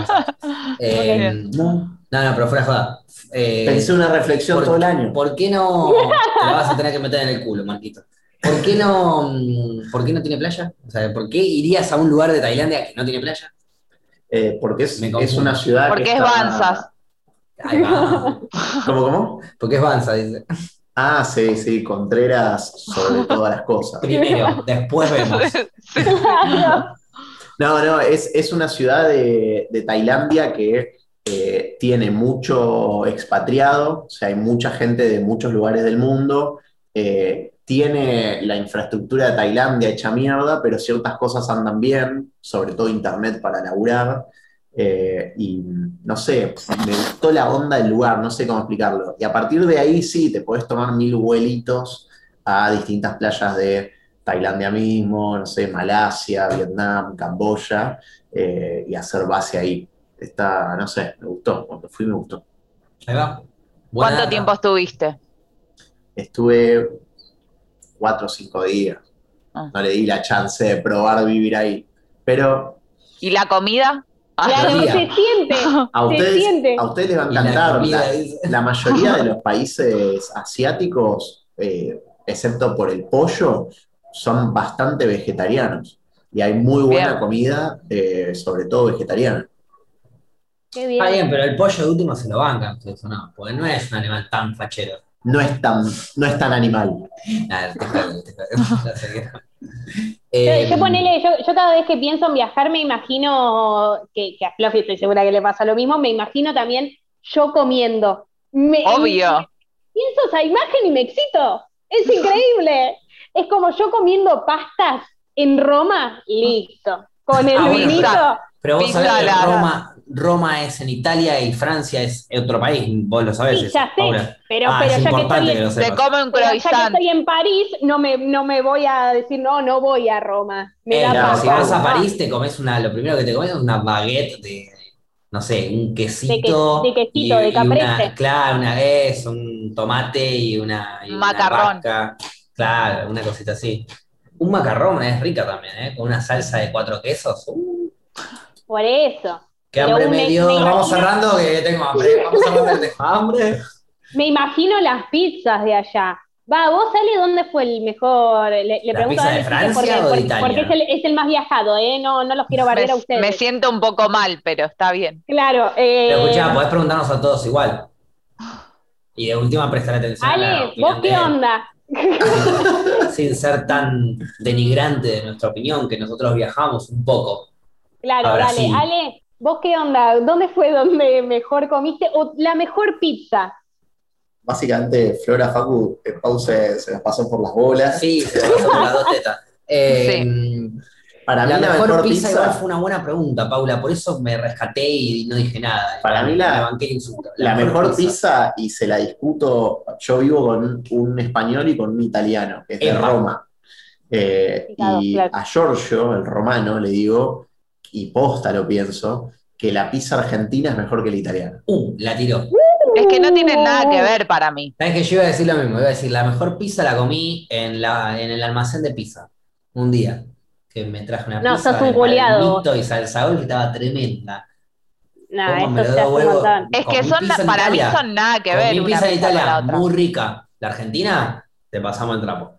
A: está. Eh, no, no, pero fuera de joda. Eh,
C: pensé una reflexión
A: por-
C: todo el año.
A: ¿Por qué no te la vas a tener que meter en el culo, Marquito? ¿Por qué no, mm, ¿por qué no tiene playa? O sea, ¿por qué irías a un lugar de Tailandia que no tiene playa?
C: eh, porque es,
A: Me confundo.
C: es una ciudad.
D: Porque
C: que
D: es
C: está-
D: Banzas.
A: Ahí va.
C: ¿Cómo, cómo?
A: Porque es Banza, dice.
C: Ah, sí, sí, Contreras sobre todas las cosas.
A: Primero, después vemos.
D: Sí.
C: No, no, es, es una ciudad de, de Tailandia que eh, tiene mucho expatriado, o sea, hay mucha gente de muchos lugares del mundo, eh, tiene la infraestructura de Tailandia hecha mierda, pero ciertas cosas andan bien, sobre todo internet para laburar, eh, y no sé, me gustó la onda del lugar, no sé cómo explicarlo. Y a partir de ahí sí, te podés tomar mil vuelitos a distintas playas de... Tailandia mismo, no sé, Malasia, Vietnam, Camboya, eh, y hacer base ahí. Está, no sé, me gustó, cuando fui me gustó.
A: Ahí va. Buena
D: ¿Cuánto
A: data.
D: tiempo estuviste?
C: Estuve cuatro o cinco días,
D: Ah.
C: no le di la chance de probar vivir ahí, pero
D: ¿Y la comida? Ah,
B: Claro,
A: Tía.
B: se siente.
C: a
B: Se
C: ustedes,
B: siente.
C: a ustedes les va a
A: Y la
C: encantar.
A: comida,
C: La-
A: dice.
C: La mayoría de los países asiáticos, eh, excepto por el pollo, son bastante vegetarianos. Y hay muy buena
D: Bien.
C: comida, eh, sobre todo vegetariana.
B: Qué
A: Está bien,
B: bien.
A: pero el pollo de último se lo bancan, ustedes, ¿o no? Porque no es un animal tan fachero.
C: No es tan, no es tan animal.
A: Nah, te jodo, te jodo. No sé qué.
B: Yo,
A: Eh,
B: yo ponele, yo, yo cada vez que pienso en viajar me imagino que, que a Fluffy estoy segura que le pasa lo mismo, me imagino también yo comiendo. Me-
D: Obvio.
B: Pienso esa imagen y me excito. Es increíble. Es como yo comiendo pastas en Roma, listo. Con el
A: Ah, bueno,
B: vinito.
A: Pero vos
D: Pizza
A: sabés que
D: la-
A: Roma, Roma es en Italia y Francia es otro país, vos lo sabés.
B: Sí,
A: eso,
B: ya sé,
A: Paula.
B: pero,
A: Ah,
B: pero
A: es
B: ya que
A: importante
B: estoy
A: que
B: en,
A: lo
D: Se
A: sepas.
D: come un
B: pero ya que
D: croissant.
B: estoy en París, no me, no me voy a decir, no, no voy a Roma. Me
A: Eh,
B: da
A: claro,
B: paja.
A: si vas a París, te comes una, lo primero que te comes es una baguette de, no sé, un quesito.
B: De que- de quesito,
A: y-
B: de
A: y una-
B: caprese.
A: claro, una vez, un tomate y una. y una
D: Macarrón.
A: vaca. claro, una cosita así. Un macarrón es rica también, ¿eh? Con una salsa de cuatro quesos. Uh,
B: Por eso.
A: ¡Qué
B: Pero
A: hambre
B: un
A: me
B: me-
A: dio!
B: me
A: Vamos
B: imagino-
A: cerrando que tengo hambre. Vamos cerrando que tengo hambre.
B: Me imagino las pizzas de allá. Va, vos, Ale, ¿dónde fue el mejor? Le, le
A: ¿La
B: pregunto
A: pizza
B: a Ale
A: de
B: si
A: Francia
B: porque,
A: o de
B: porque-
A: Italia?
B: porque es el, es el más viajado, ¿eh? No, no los quiero barrer a
D: Me,
B: ustedes.
D: me siento un poco mal, pero está bien.
B: Claro. eh,
A: Pero escuchá, podés preguntarnos a todos igual. Y de última prestar atención. a la
B: Ale,
A: opinión
B: ¿vos qué
A: de-
B: onda?
A: sin ser tan denigrante de nuestra opinión, que nosotros viajamos un poco.
B: Claro,
A: A
B: dale.
A: Brasil.
B: Ale, ¿vos qué onda? ¿Dónde fue donde mejor comiste? O la mejor pizza.
C: Básicamente, Flora Facu, eh, Pau se, se las pasó por las bolas.
A: Sí, se pasó por las dos tetas. Eh,
C: Para mí
A: La mejor, pizza, igual fue una buena pregunta, Paula, por eso me rescaté y no dije nada.
C: Para
A: Me-
C: mí la-
A: me banqué el insulto.
C: La mejor pizza, y se la discuto, yo vivo con un español y con un italiano, que es de
A: Epa.
C: Roma. Eh,
B: Claro,
C: y
B: claro.
C: a Giorgio, el romano, le digo, y posta lo pienso, que la pizza argentina es mejor que la italiana.
A: Uh, la tiró.
D: Es que no tiene nada
B: Uh.
D: que ver para mí.
A: Sabes que yo iba a decir lo mismo, iba a decir, la mejor pizza la comí en, la, en el almacén de pizza, un día, que me traje una
B: No,
A: pizza
B: sos un
A: de
B: goleado vos.
A: palmito y salsa que estaba tremenda.
B: Nah,
A: Cómo me
B: Ah, eso
A: lo
B: se
A: da
B: hace un
A: huevo.
B: montón.
D: Es que
A: Comí
D: son
A: pizza en
D: para mí
A: Italia.
D: son nada que
A: Comí
D: ver una
A: pizza de
D: pizza con
A: Italia
D: la otra.
A: muy rica. La Argentina, te pasamos el trapo.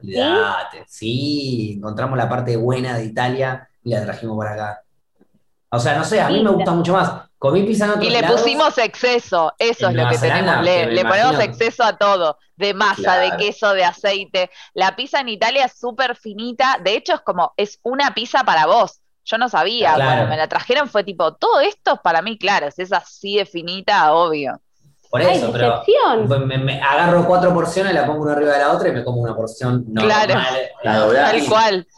A: Olvídate. Sí, encontramos la parte buena de Italia y la trajimos para acá. O sea, no sé, a mí me
B: Linda.
A: gusta mucho más. Comí pizza en otros
D: Y le
A: lados.
D: pusimos exceso, eso
A: En
D: es lo
A: Nueva
D: que tenemos,
A: Zelanda, que
D: le,
A: me
D: le ponemos
A: imagino.
D: exceso a todo, de masa, de
C: Claro.
D: queso, de aceite. La pizza en Italia es súper finita, de hecho es como, es una pizza para vos. Yo no sabía,
A: Claro.
D: cuando me la trajeron fue tipo, todo esto es para mí, claro, si es así de finita, obvio.
A: Por
B: Ay,
A: eso, pero
B: decepción.
A: me, me agarro cuatro porciones, la pongo una arriba de la otra y me como una porción normal.
D: Claro.
C: La doblás.
D: Tal
C: Claro.
D: cual.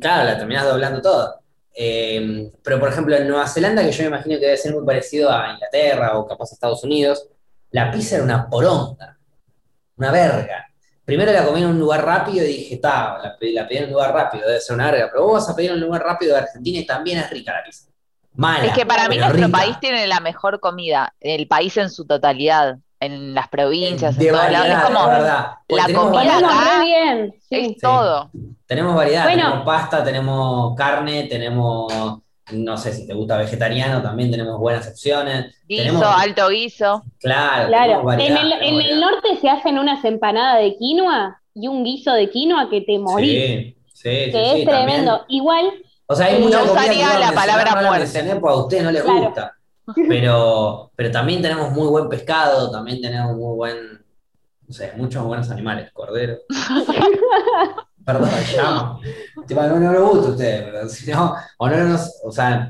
A: Claro, la terminás doblando todo. Eh, pero por ejemplo, en Nueva Zelanda, que yo me imagino que debe ser muy parecido a Inglaterra o capaz a Estados Unidos, la pizza era una poronga, una verga. Primero la comí en un lugar rápido y dije, ta, la, pe- la pedí en un lugar rápido, debe ser una verga. Pero vos vas a pedir en un lugar rápido de Argentina y también es rica la pizza. Mala.
D: Es que para mí
A: pero
D: nuestro
A: rica.
D: país tiene la mejor comida, el país en su totalidad, en las provincias,
A: de
D: en todos lados.
A: variedad,
D: Es
A: de
D: como,
A: verdad. Porque
D: la
A: tenemos
D: comida
A: variedad.
B: Comimos
D: acá-
B: re bien. sí.
D: ¿ah? es todo.
A: Tenemos variedad,
B: Bueno.
A: tenemos pasta, tenemos carne, tenemos, no sé si te gusta vegetariano, también tenemos buenas opciones.
D: Guiso,
A: tenemos,
D: alto guiso.
A: claro, tenemos
B: Claro,
A: variedad,
B: en el,
A: tenemos
B: en el
A: variedad.
B: norte se hacen unas empanadas de quinoa y un guiso de quinoa que te morís,
A: Sí, sí, sí, sí,
B: que es
A: también.
B: tremendo. Igual
A: O sea, hay mucha
D: No
A: comida que
D: usaría
A: iba a
D: la
A: mencionar,
D: palabra
A: no la
D: muerte.
A: mencioné porque a ustedes no les
B: Claro.
A: gusta. Pero, pero también tenemos muy buen pescado, también tenemos muy buen, no sé, muchos buenos animales, cordero. Perdón, llamo. Tipo, no, no les gusta a ustedes, pero si no, o no nos- o sea,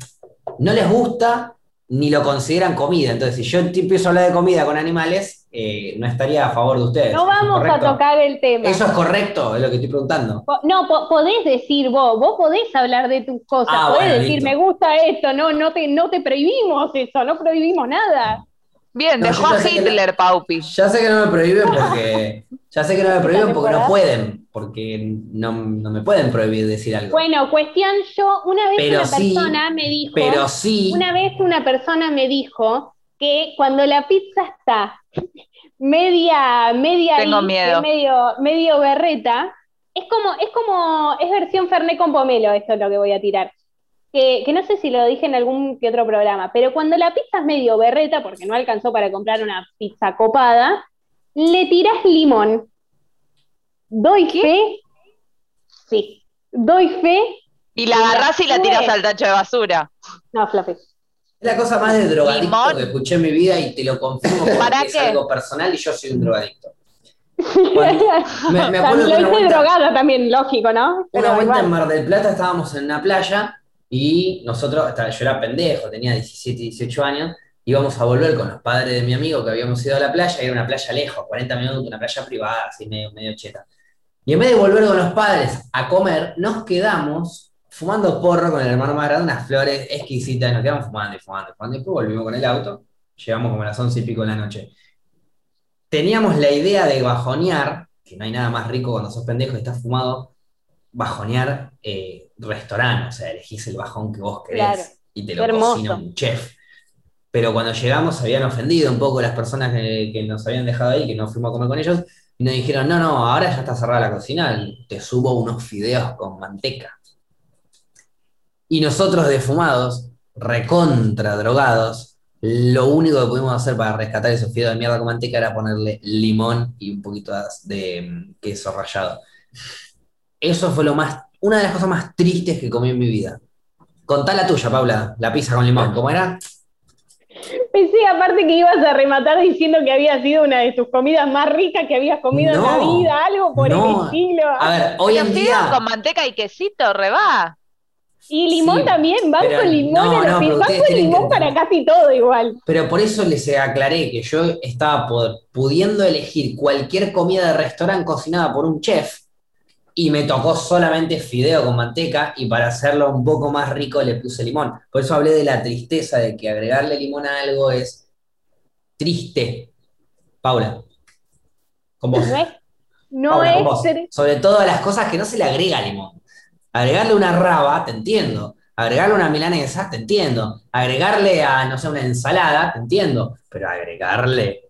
A: no les gusta ni lo consideran comida. Entonces, si yo te empiezo a hablar de comida con animales, eh, no estaría a favor de ustedes.
B: No vamos
A: ¿correcto?
B: a tocar el tema.
A: Eso es correcto, es lo que estoy preguntando.
B: Po- No, po- podés decir vos, vos podés hablar de tus cosas,
A: Ah,
B: podés
A: bueno,
B: decir
A: listo.
B: me gusta esto, no, no te, no te prohibimos eso, no prohibimos nada.
D: Bien,
A: No,
D: dejó
A: yo
D: a
A: pensé que la-
D: Hitler, Paupi.
A: Ya sé que no me prohíben porque. Ya sé que no me prohíben porque no
B: temporada?
A: pueden. Porque no, no me pueden prohibir decir algo.
B: Bueno, cuestión yo, una vez
A: Pero
B: una
A: sí,
B: persona me dijo,
A: Pero sí.
B: una vez una persona me dijo que cuando la pizza está media, media
D: Tengo
B: ahí,
D: miedo.
B: medio, medio berreta, es como, es como, es versión Fernet con pomelo, esto es lo que voy a tirar. Que, que no sé si lo dije en algún que otro programa, pero cuando la pizza es medio berreta, porque no alcanzó para comprar una pizza copada, le tirás limón. Doy fe. Sí. Doy fe.
D: Y la agarrás y la tirás
B: Sube.
D: al tacho de basura.
B: No, Fluffy.
A: Es la cosa más de drogadicto
D: Limón.
A: que escuché en mi vida y te lo confirmo porque
D: ¿Para
A: es
D: qué?
A: algo personal y yo soy un drogadicto. Cuando- me, me
B: O sea,
A: acuerdo que
B: lo
A: una
B: hice
A: vuelta-
B: drogada también, lógico, ¿no?
A: Una
B: Pero
A: vuelta en
B: igual.
A: Mar del Plata estábamos en una playa y nosotros, hasta yo era pendejo, tenía 17, 18 años, íbamos a volver con los padres de mi amigo que habíamos ido a la playa, era una playa lejos, 40 minutos, una playa privada, así medio, medio cheta. Y en vez de volver con los padres a comer, nos quedamos fumando porro con el hermano más grande, unas flores exquisitas, nos quedamos fumando y fumando y fumando, y después volvimos con el auto, llegamos como a las 11 y pico de la noche teníamos la idea de bajonear, que no hay nada más rico cuando sos pendejo y estás fumado, bajonear eh, restaurante, o sea, elegís el bajón que vos querés
B: Claro.
A: y te
B: Qué
A: lo
B: hermoso.
A: cocina un chef. Pero cuando llegamos habían ofendido un poco las personas que, que nos habían dejado ahí, que no fuimos a comer con ellos, y nos dijeron, no, no, ahora ya está cerrada la cocina, te subo unos fideos con manteca. Y nosotros defumados, recontra drogados, lo único que pudimos hacer para rescatar esos fideos de mierda con manteca era ponerle limón y un poquito de mm, queso rallado. Eso fue lo más, una de las cosas más tristes que comí en mi vida. Contá la tuya, Paula, la pizza con limón, ¿cómo era?
B: Pensé aparte que ibas a rematar diciendo que había sido una de tus comidas más ricas que habías comido en la
A: No,
B: vida, algo por
A: no.
B: el estilo.
A: A ver, hoy
D: Los
A: en
D: fideos
A: día.
D: con manteca y quesito, reba.
B: y limón
A: sí,
B: también, vas
A: pero
B: con limón
A: no,
B: a
A: no,
B: los
A: pero
B: vas
A: ustedes
B: con
A: tienen que
B: limón para
A: entender.
B: casi todo igual.
A: Pero por eso les aclaré que yo estaba pod- pudiendo elegir cualquier comida de restaurante cocinada por un chef y me tocó solamente fideo con manteca y para hacerlo un poco más rico le puse limón. Por eso hablé de la tristeza de que agregarle limón a algo es triste. Paula, con vos.
B: No es, no
A: Paula, con
B: es
A: vos.
B: ser-
A: Sobre todo a las cosas que no se le agrega limón. Agregarle una raba, te entiendo. Agregarle una milanesa, te entiendo. Agregarle a, no sé, una ensalada, te entiendo. Pero agregarle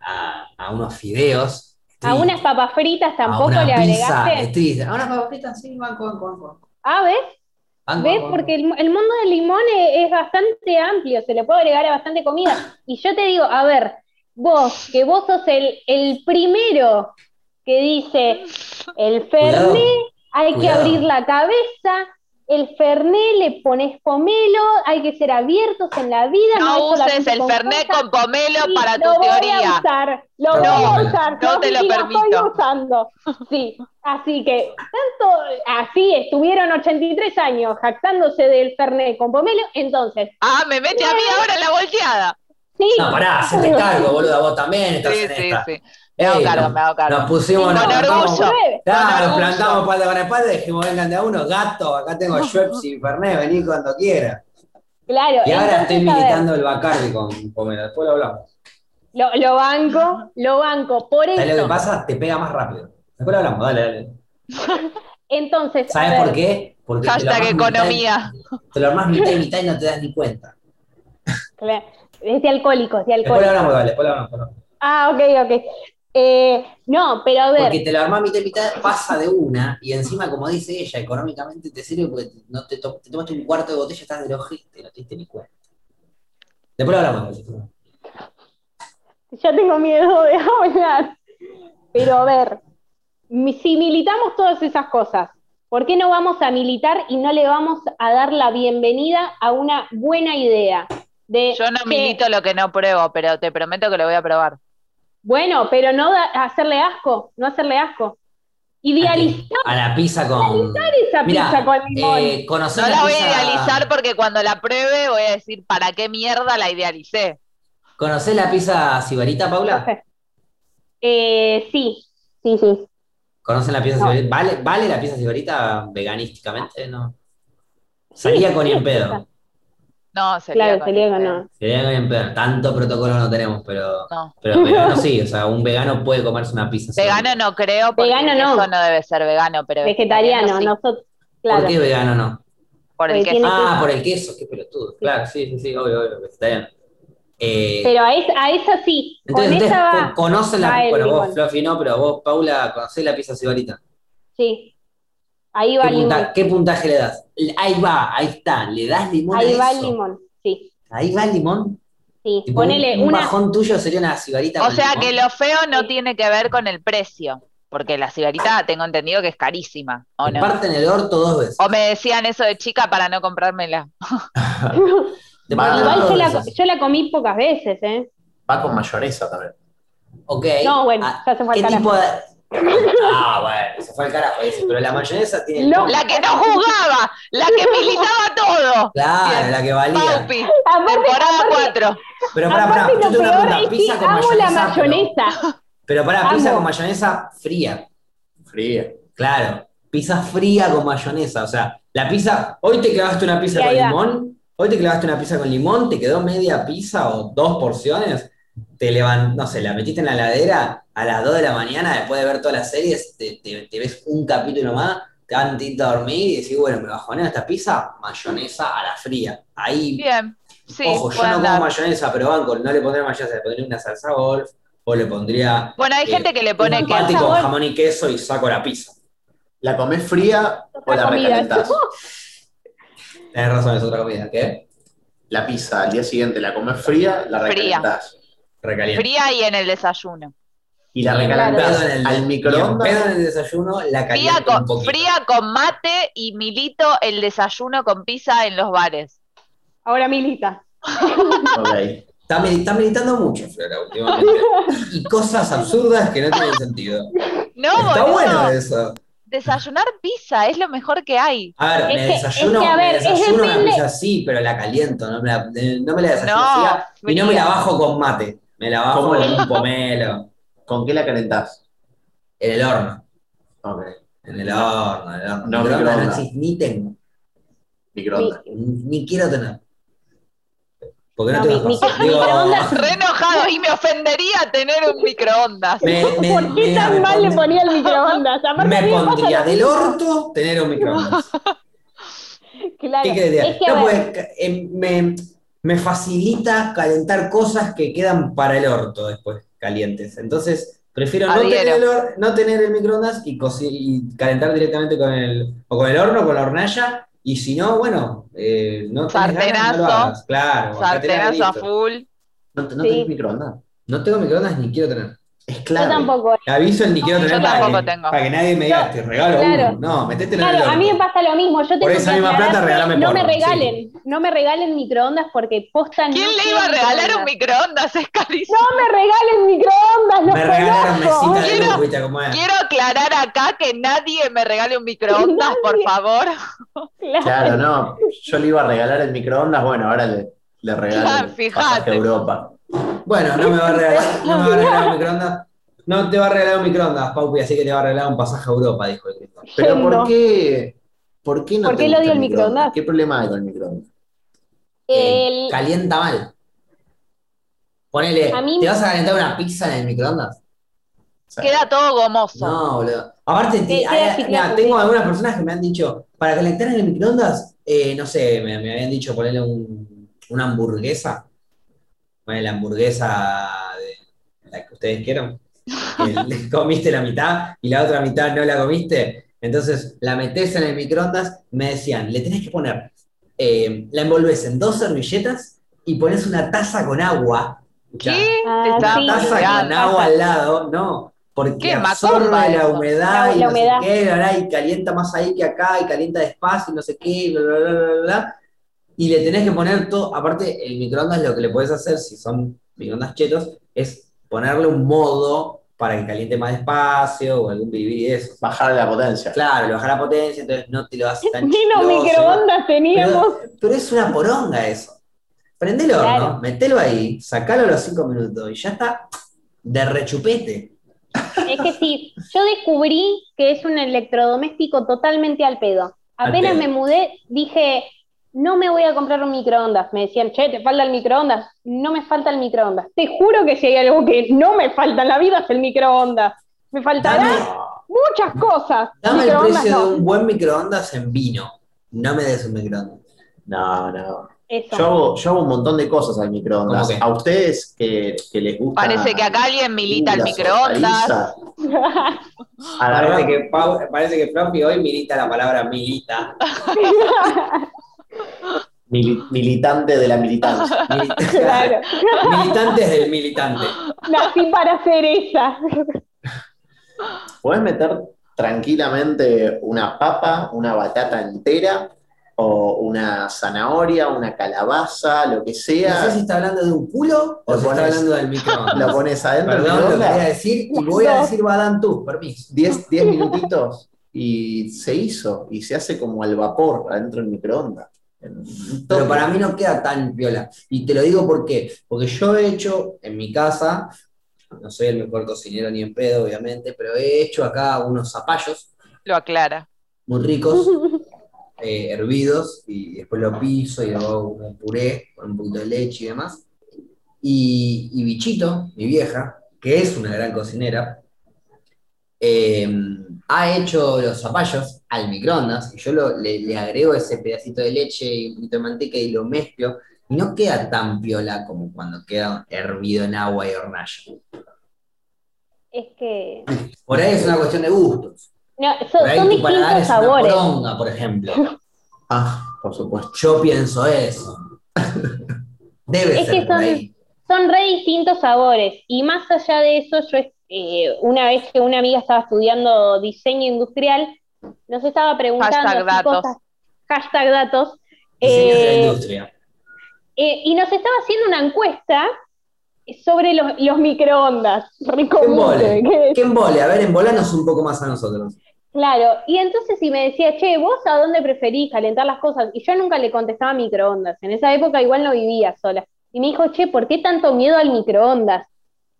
A: a, a unos fideos. es
B: a
A: triste.
B: unas papas fritas
A: A
B: tampoco
A: una
B: le
A: pizza,
B: agregaste.
A: es triste. A unas papas fritas, sí, banco, banco, banco.
B: Ah, ¿ves?
A: Banco,
B: ¿Ves?
A: banco,
B: Porque el, mu- el mundo del limón e, es, es bastante amplio, se le puede agregar a bastante comida. Y yo te digo, a ver, vos, que vos sos el, el primero que dice, el
A: Cuidado.
B: Fernet, hay que
A: Cuidado.
B: abrir la cabeza, el Fernet le pones pomelo, hay que ser abiertos en la vida.
D: No,
B: es
D: uses
B: solamente
D: el
B: con
D: Fernet
B: cosas.
D: con pomelo
B: Sí,
D: para
B: lo
D: tu
B: voy a
D: teoría.
B: usar, lo
A: No,
B: voy a usar,
D: no te lo
B: Sofi, la
D: permito.
B: estoy usando. Sí, así que tanto así estuvieron 83 años jactándose del Fernet con pomelo, entonces,
D: Ah, me mete a mí ahora la volteada.
B: sí,
A: No, pará, hacete cargo, boludo. Vos también estás
D: Sí,
A: en
D: sí,
A: esta.
D: sí.
A: Eh,
D: Me hago cargo,
A: nos-
D: me hago cargo.
A: Nos pusimos,
D: Con
A: nos plantamos-
D: orgullo.
A: Claro, nos
D: orgullo.
A: plantamos espalda con espalda y dijimos, vengan de a uno, gato, acá tengo Schweppes y Fernet, vení cuando quiera.
B: claro.
A: Y ahora
B: entonces,
A: estoy
B: a ver,
A: militando el Bacardi con Pomelo, después lo hablamos.
B: Lo, lo banco, lo banco, por
A: ¿Sabes lo que
B: eso.
A: pasa? Te pega más rápido. Después lo hablamos, dale, dale.
B: Entonces, a
A: ¿Sabes
B: ver,
A: por qué? Porque te lo
D: Hashtag
A: armás mitad y-
D: economía.
A: te lo armás mitad y mitad y no te das ni cuenta.
B: claro, es de alcohólicos, es de
A: Después lo
B: alcohólicos.
A: hablamos, dale, después lo hablamos. después lo hablamos.
B: Ah, ok, ok. Eh, no, pero a ver,
A: Porque te lo armás mitad y mitad, pasa de una, y encima, como dice ella, económicamente te sirve porque no te, to- te tomaste un cuarto de botella, estás de ojete, no te diste ni cuenta. Después lo hablamos. después lo hablamos.
B: Ya tengo miedo de hablar. Pero a ver, mi- si militamos todas esas cosas, ¿Por qué no vamos a militar y no le vamos a dar la bienvenida a una buena idea? De
D: Yo no
B: que-
D: milito lo que no pruebo, pero te prometo que lo voy a probar.
B: Bueno, pero no da- hacerle asco, no hacerle asco. Idealizar
A: A la pizza con.
B: esa
A: Mirá,
B: pizza con limón.
A: eh, conocer
D: No
A: la
D: la voy a
A: pizza-
D: idealizar porque cuando la pruebe voy a decir, ¿para qué mierda la idealicé?
A: ¿Conocés la pizza sibarita, Paula?
B: Ok. Eh, sí, sí, sí.
A: ¿Conocen la pizza
B: No.
A: sibarita? ¿Vale, ¿Vale la pizza sibarita veganísticamente? No. Salía con
B: sí,
A: y en
B: pizza.
A: pedo.
D: No, sería
B: Claro,
D: con
B: celíaco
D: este.
B: no.
A: Salía con y en pedo. Tanto protocolo no tenemos, pero.
D: No.
A: Pero vegano sí, o sea, un vegano puede comerse una pizza.
D: Vegano no creo, porque
B: Vegano no.
D: eso no debe ser vegano, pero
B: Vegetariano,
D: sí,
B: nosotros,
A: ¿Por
B: claro.
A: qué vegano no?
D: por el
B: porque
D: queso.
B: tiene-
A: Ah,
B: queso.
A: por el queso, qué pelotudo. Claro, sí, sí, sí, obvio, obvio, vegetariano. Eh,
B: Pero a esa, a esa sí,
A: entonces,
B: con
A: ustedes
B: esa
A: co-
B: va.
A: conocen la.
B: va el
A: bueno, vos,
B: limón.
A: Fluffy, no, pero vos, Paula, conocés la pizza sibarita.
B: Sí. Ahí va
A: ¿Qué,
B: el limón.
A: punta- qué puntaje le das? Ahí va, ahí está, le das limón
B: Ahí
A: a
B: va
A: eso.
B: el limón. Sí,
A: Ahí va el limón.
B: sí.
A: Tipo,
B: Ponele
A: un, un
B: una.
A: bajón tuyo sería una cigarita.
D: O
A: con
D: sea
A: limón.
D: que lo feo no
B: Sí.
D: tiene que ver con el precio, porque la cigarita tengo entendido que es carísima, ¿o
A: Te
D: no?
A: parten el orto dos veces.
D: O me decían eso de chica para no comprármela.
A: Te parten el
C: Va.
B: Igual
A: orto
B: yo
A: dos
B: la,
A: veces.
B: yo la comí pocas veces, ¿eh?
C: Va con mayonesa también.
A: Ok.
B: No, bueno,
A: Ah,
B: ya se fue al
A: ¿Qué
B: carajo.
A: tipo de.? Ah, bueno, se fue al carajo ese, pero la mayonesa tiene.
B: No.
D: La que no jugaba, la que militaba todo.
A: Claro, la que valía.
D: Paupi,
B: Aparte,
D: temporada
B: aparte-
D: 4.
A: Pero pará, pará,
B: aparte
A: yo
B: lo
A: tengo una
B: peor
A: pregunta.
B: es que
A: Pizza con
B: amo la
A: mayonesa. pero-
B: mayonesa.
A: Pero pará, pizza
B: Amo.
A: con mayonesa fría.
C: Fría.
A: Claro. Pizza fría con mayonesa. O sea, la pizza. Hoy te clavaste una pizza
B: Y
A: con
B: ahí va.
A: limón. Hoy te clavaste una pizza con limón. Te quedó media pizza o dos porciones. Te levantó, no sé, la metiste en la heladera a las 2 de la mañana. Después de ver todas las series, te, te- te ves un capítulo más. Te dan tinta a dormir y decís, bueno, me bajoneo esta pizza. Mayonesa a la fría. Ahí.
D: Bien, sí,
A: Ojo, yo
D: puede
A: no
D: andar.
A: como mayonesa, pero banco, no le pondría mayonesa, le pondría una salsa golf o le pondría
D: Bueno, hay
A: eh,
D: gente que le pone
A: un patty
D: queso.
A: con
B: golf.
A: jamón y queso y saco la pizza.
C: ¿La comés fría o
B: Otra
C: la
B: comida.
C: recalentás?
A: Tenés razón, es otra comida, ¿qué?
C: La pizza al día siguiente la comés fría, la
D: Fría.
C: recalentás.
A: Recaliente.
D: Fría y en el desayuno.
C: Y la
A: Ni en
C: recalentás
A: pedo en el-
C: al
A: ni en
C: microondas.
A: pedo en el desayuno, la
D: Fría
A: caliento un
D: con,
A: poquito.
D: fría con mate y milito el desayuno con pizza en los bares.
B: Ahora milita.
C: Ok.
A: Está, medi- está meditando mucho, Flora, últimamente. y cosas absurdas que no tienen sentido.
D: No,
A: está
D: boludo.
A: bueno eso.
D: Desayunar pizza es lo mejor que hay.
A: A ver,
B: Es
A: me
B: que-
A: desayuno,
B: es que, a
A: me
B: ver, es
A: desayuno una
B: depende-
A: pizza así, pero la caliento, no me la, eh, no me la desayuno
D: No,
A: fría y no me la bajo con mate. Me la bajo
C: ¿Cómo?
A: con un pomelo.
C: ¿Con qué la calentás?
A: En el horno.
C: Ok.
A: En el horno, en el horno.
C: No,
A: Microondas no
C: microondas.
A: existe, ni tengo.
C: Microondas.
A: Ni, ni quiero tener. Porque no,
B: No,
A: tengo
B: mi-
A: espacio.
B: mi- microondas-
D: Re enojado y me ofendería tener un microondas.
A: me, me,
B: ¿Por qué
A: mira,
B: tan
A: me
B: mal le
A: pon-
B: ponía el microondas? Aparte, a
A: Me
B: mí pasa
A: pondría
B: lo
A: del
B: mismo.
A: orto tener un microondas.
B: Claro.
A: ¿Qué querés decir?
B: Es que, a
A: No,
B: ver,
A: porque, eh, me, me facilita calentar cosas que quedan para el orto después, calientes. Entonces, prefiero no
D: Adhiero.
A: tener, el hor- no tener el microondas y, coci- y calentar directamente con el, o con el horno, con la hornalla. Y si no, bueno, eh, no tenés ganas, no lo
D: Sartenazo.
A: hagas. Claro, sartenazo
D: Sartenazo a full.
C: ¿No, te- no
B: Sí.
C: tenés microondas?
A: No tengo microondas ni quiero tener.
C: Es
B: yo
C: clave.
B: tampoco.
A: Te aviso el ni quiero
D: yo
A: tener para
D: tampoco
A: que,
D: tengo.
A: para que nadie me diga,
B: Yo-
A: te regalo
B: claro.
A: uno. No, metete en el
B: Claro,
A: horno.
B: a mí me pasa lo mismo. Yo tengo
A: esa
B: que
A: misma plata,
B: aclarar que
A: regálame
B: No me
A: porno,
B: regalen, no me regalen microondas porque postan.
D: ¿Quién le iba a regalar un microondas? Es carísimo.
B: No me regalen microondas, los
A: Me regalaron
B: conozco.
A: mesita de
D: Quiero-
A: luz, viste cómo es.
D: Quiero aclarar acá que nadie me regale un microondas, por
B: Nadie.
D: favor.
B: Claro.
C: Claro, no. Yo le iba a regalar el microondas, bueno, ahora le, le
D: Ah,
C: regalo el
D: fíjate.
C: pasaje a Europa.
A: Bueno, no me va a regalar, no me va a regalar un microondas. No te va a regalar un microondas, Paupi, así que te va a regalar un pasaje a Europa, dijo el Cristo.
C: Pero
B: Yendo.
C: ¿por qué? ¿Por qué no
B: ¿Por
C: te
B: qué le
C: gusta
B: odio el microondas?
C: ¿Qué problema hay con el microondas?
A: Eh,
B: El-
A: Calienta mal. Ponele,
B: A mí
A: ¿te
B: me-
A: vas a calentar una pizza en el microondas?
C: O sea,
D: Queda todo gomoso.
A: No, boludo. Aparte, te-
B: queda
A: hay-
B: chicleado.
A: mirá, tengo algunas personas que me han dicho, para calentar en el microondas, eh, no sé, me, me habían dicho ponerle un- una hamburguesa. Bueno, la hamburguesa de la que ustedes quieran. que le comiste la mitad y la otra mitad no la comiste. Entonces la metes en el microondas, me decían, le tenés que poner, eh, la envolves en dos servilletas y pones una taza con agua.
D: ¿Qué?
B: Ah,
D: Te estaba
B: sí.
A: Una taza
D: boludeando.
A: con agua al lado, no. porque
D: ¿Qué? Macumba
A: absorbe la
D: eso.
A: humedad,
B: La- la
A: y no
B: humedad.
A: sé qué, bla, bla, y calienta más ahí que acá, y calienta despacio, y no sé qué, bla, bla, bla, bla, bla. Y le tenés que poner todo, aparte el microondas lo que le podés hacer, si son microondas chetos, es ponerle un modo para que caliente más despacio o algún vivir de eso.
C: Bajar la potencia.
A: Claro, le baja la potencia, entonces no te lo hace tan
B: Menos
A: chicloso,
B: microondas teníamos.
A: pero, pero es una poronga eso. Prendelo,
B: Claro.
A: ¿no? metelo ahí, sacalo a los cinco minutos y ya está de rechupete.
B: Es que sí, yo descubrí que es un electrodoméstico totalmente al pedo.
A: Al
B: Apenas
A: pedo.
B: me mudé, dije, no me voy a comprar un microondas. Me decían, che, ¿te falta el microondas? No me falta el microondas. Te juro que si hay algo que no me falta en la vida es el microondas. Me faltarán
A: Dame,
B: muchas cosas.
A: dame el
B: microondas
A: precio
B: no.
A: de un buen microondas en vino. No me des un microondas.
C: No, no.
B: Eso.
C: Yo hago, yo hago un montón de cosas al microondas.
A: ¿Cómo qué?
C: A ustedes que, que les gusta.
D: Parece que acá alguien milita
A: Uh,
D: el
C: las
D: microondas.
C: hortalizas, agarrá-
A: que, Pau- parece que Floppy hoy milita la palabra milita.
C: mili- militante de la militancia.
A: Milita-
B: claro.
A: Militantes del militante.
B: Nací para hacer esa.
C: Podés meter tranquilamente una papa, una batata entera, o una zanahoria, una calabaza, lo que
A: No sé si
C: sea.
A: está hablando de un culo o
C: Lo
A: si está
C: pones-
A: hablando del microondas.
C: Lo pones adentro del
A: Perdón, lo
C: microondas,
A: quería decir y voy a decir Badán tú, permiso.
C: 10, 10 minutitos y se hizo. Y se hace como al vapor adentro del microondas.
A: Pero para mí no queda tan viola. Y te lo digo por qué. Porque yo he hecho en mi casa, no soy el mejor cocinero ni en pedo, obviamente, pero he hecho acá unos zapallos
D: Lo aclara.
A: muy ricos, eh, hervidos, y después lo piso y lo hago como puré con un poquito de leche y demás. Y, y Bichito, mi vieja, que es una gran cocinera, eh, ha hecho los zapallos al microondas y yo lo- le, le agrego ese pedacito de leche y un poquito de manteca y lo mezclo y no queda tan piola como cuando queda hervido en agua y hornalla.
B: Es que.
A: Por ahí es una cuestión de gustos.
B: No, so-
A: Por ahí
B: son
A: tu paladar
B: distintos
A: es una
B: sabores.
A: poronga, por ejemplo.
C: Ah, por supuesto.
A: Yo pienso eso. Debe
B: Es
A: ser
B: que
A: por
B: son-
A: ahí.
B: Son re distintos sabores. Y más allá de eso, yo eh, una vez que una amiga estaba estudiando diseño industrial, nos estaba preguntando.
D: Hashtag
B: así
D: datos.
B: cosas- hashtag datos.
A: Diseños de la
B: eh,
A: industria.
B: eh, y nos estaba haciendo una encuesta sobre los, los microondas. Rico
A: Qué embole.
B: que-
A: Que embole, a ver, embolanos un poco más a nosotros.
B: Claro, y entonces si me decía, che, ¿vos a dónde preferís calentar las cosas? Y yo nunca le contestaba microondas, en esa época igual no vivía sola. Y me dijo, che, ¿por qué tanto miedo al microondas?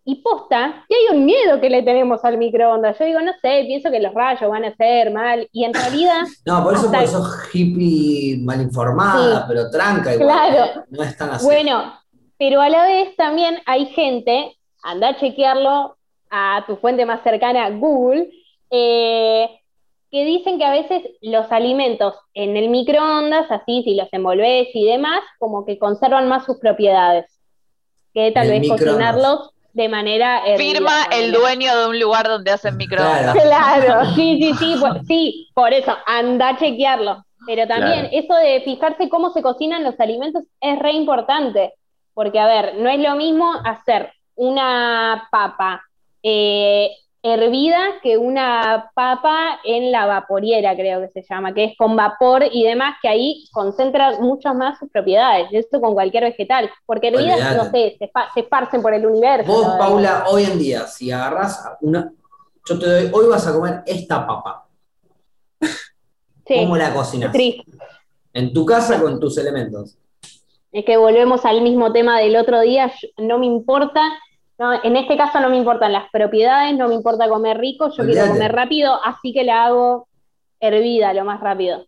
B: Y posta, que hay un miedo que le tenemos al microondas. Yo digo, no sé, pienso que los rayos van a hacer mal. Y en realidad,
A: No, por eso
B: Hasta-
A: porque sos hippie mal informada,
B: Sí.
A: pero tranca igual.
B: Claro.
A: ¿eh? No es tan así.
B: bueno, pero a la vez también hay gente, anda a chequearlo a tu fuente más cercana, Google, eh, que dicen que a veces los alimentos en el microondas, así si los envolvés y demás, como que conservan más sus propiedades que tal
A: En el
B: vez
A: microondas.
B: cocinarlos de manera hervida,
D: Firma
B: ponele.
D: el dueño de un lugar donde hacen microondas.
A: Claro.
B: Claro, sí, sí, sí, por, sí, por eso, anda a chequearlo. Pero también
C: Claro.
B: eso de fijarse cómo se cocinan los alimentos es re importante, porque a ver, no es lo mismo hacer una papa eh, hervida que una papa en la vaporiera, creo que se llama, que es con vapor y demás, que ahí concentra muchas más sus propiedades, eso con cualquier vegetal, porque hervidas,
A: Olvidate.
B: no sé, se, espa- se esparcen por el universo.
A: Vos,
B: ¿no?
A: Paula, hoy en día, si agarrás una. Yo te doy, hoy vas a comer esta papa.
B: Sí,
A: ¿Cómo la cocinas?
B: triste.
A: En tu casa con tus elementos.
B: Es que volvemos al mismo tema del otro día, yo- no me importa, no, en este caso no me importan las propiedades, no me importa comer rico, yo
A: Olvídate.
B: quiero comer rápido, así que la hago hervida lo más rápido.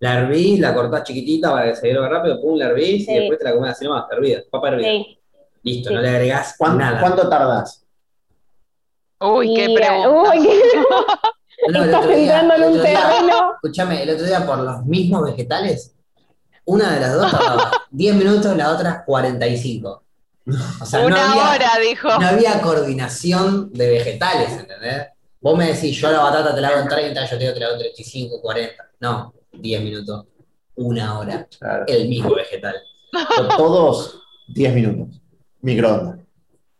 A: La hervís, la cortás chiquitita para que se hierva rápido, pum, la hervís
B: Sí.
A: y después te la comés así nomás, hervida, papa hervida.
B: Sí.
A: Listo,
B: Sí.
A: no le agregás
C: ¿Cuán-
A: nada.
C: ¿Cuánto tardás?
D: Uy, qué
B: Mira,
D: pregunta.
B: uy, qué-
A: No, el
B: estás
A: otro día-
B: entrando en
A: el
B: un
A: otro día-
B: terreno.
A: Escúchame, el otro día por los mismos vegetales, una de las dos tardaba 10 minutos, la otra 45. O sea, no
D: Una
A: había,
D: hora, dijo.
A: no había coordinación de vegetales, ¿entendés? Vos me decís, yo la batata te la hago en 30, yo te digo, te la hago en 35, 40. No, 10 minutos, una hora,
C: Claro.
A: el mismo vegetal.
C: Todos 10 minutos. Microondas.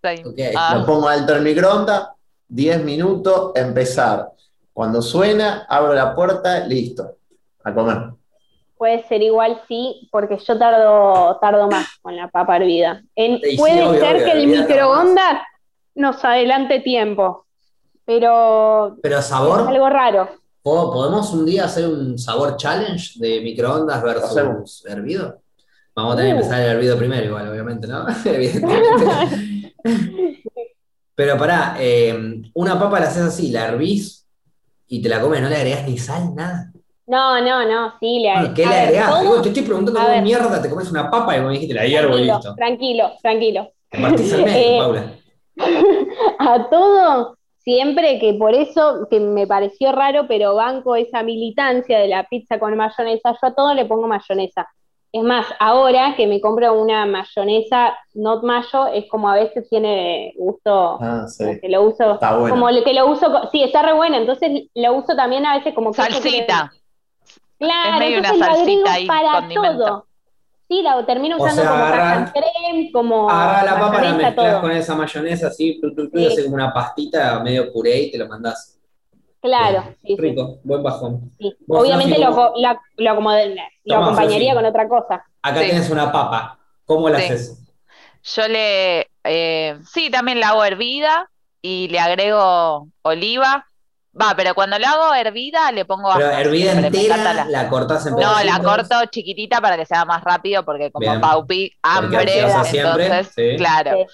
D: Sí.
A: Ok,
D: Ah.
C: Lo pongo alto el microondas, 10 minutos, empezar. Cuando suena, abro la puerta, listo. A comer.
B: Puede ser igual, sí, porque yo tardo, tardo más con la papa hervida. En-
A: Sí, sí,
B: puede
A: obvio,
B: ser
A: obvio,
B: que el
A: hervida tarda
B: microondas nos adelante tiempo, pero
A: Pero
B: es
A: sabor,
B: algo raro.
A: ¿po- ¿podemos un día hacer un sabor challenge de microondas versus
C: Hacemos.
A: hervido? Vamos a tener que
B: Uh.
A: empezar el hervido primero, igual, obviamente, ¿no? Evidentemente. Pero pará, eh, una papa la haces así, la hervís y te la comes, no le agregás ni sal, nada.
B: No, no, no, sí, le
A: Bueno, Ah, ¿Qué
B: a
A: le
B: ver,
A: agregás?
B: todo-
A: Digo, te estoy preguntando
B: A
A: cómo
B: ver.
A: mierda te comes una papa y vos me dijiste la hiervo y
B: tranquilo,
A: listo.
B: tranquilo, tranquilo.
A: Te partís al medio,
B: Eh,
A: Paula.
B: a todo, siempre que por eso, que me pareció raro, pero banco esa militancia de la pizza con mayonesa, yo a todo le pongo mayonesa. Es más, ahora que me compro una mayonesa not mayo, es como a veces tiene gusto,
C: Ah, sí.
B: como que lo uso,
C: Está bueno.
B: como lo que lo uso, co- sí, está re buena, entonces lo uso también a veces como queso
D: Salsita. Es
B: Claro,
D: medio una
B: entonces lo agrego
D: salsita ahí,
B: para
D: condimento.
B: todo. Sí, la termino
A: O
B: usando
A: sea,
B: como
A: agarrar-
B: cajan creme, como
A: Agarrá la papa, la
B: mayonesa,
A: mezclas
B: todo.
A: con esa mayonesa así, tu, tu, tu, y
B: Sí.
A: hace como una pastita medio puré y te lo mandás.
B: Claro, sí, sí.
A: Rico, buen bajón.
B: Sí.
A: Vos,
B: Obviamente
A: Flofi,
B: lo,
A: vos-
B: co- la- lo acomod- lo
A: Tomá,
B: acompañaría
A: Flofi.
B: con otra cosa.
A: Acá
D: Sí.
A: tenés una papa. ¿Cómo la
D: Sí.
A: haces?
D: Yo le, eh, sí, también la hago hervida y le agrego oliva. Va, pero cuando la hago hervida le pongo
A: Pero
D: ajo
A: hervida
D: siempre, me
A: entera,
D: encanta la-
A: la cortás en
D: No, la
A: pedacitos.
D: corto chiquitita para que sea más rápido porque como
A: Bien.
D: Paupi,
A: Porque
D: hambre,
A: ansiosa siempre,
D: entonces,
A: sí.
D: claro.
B: Sí.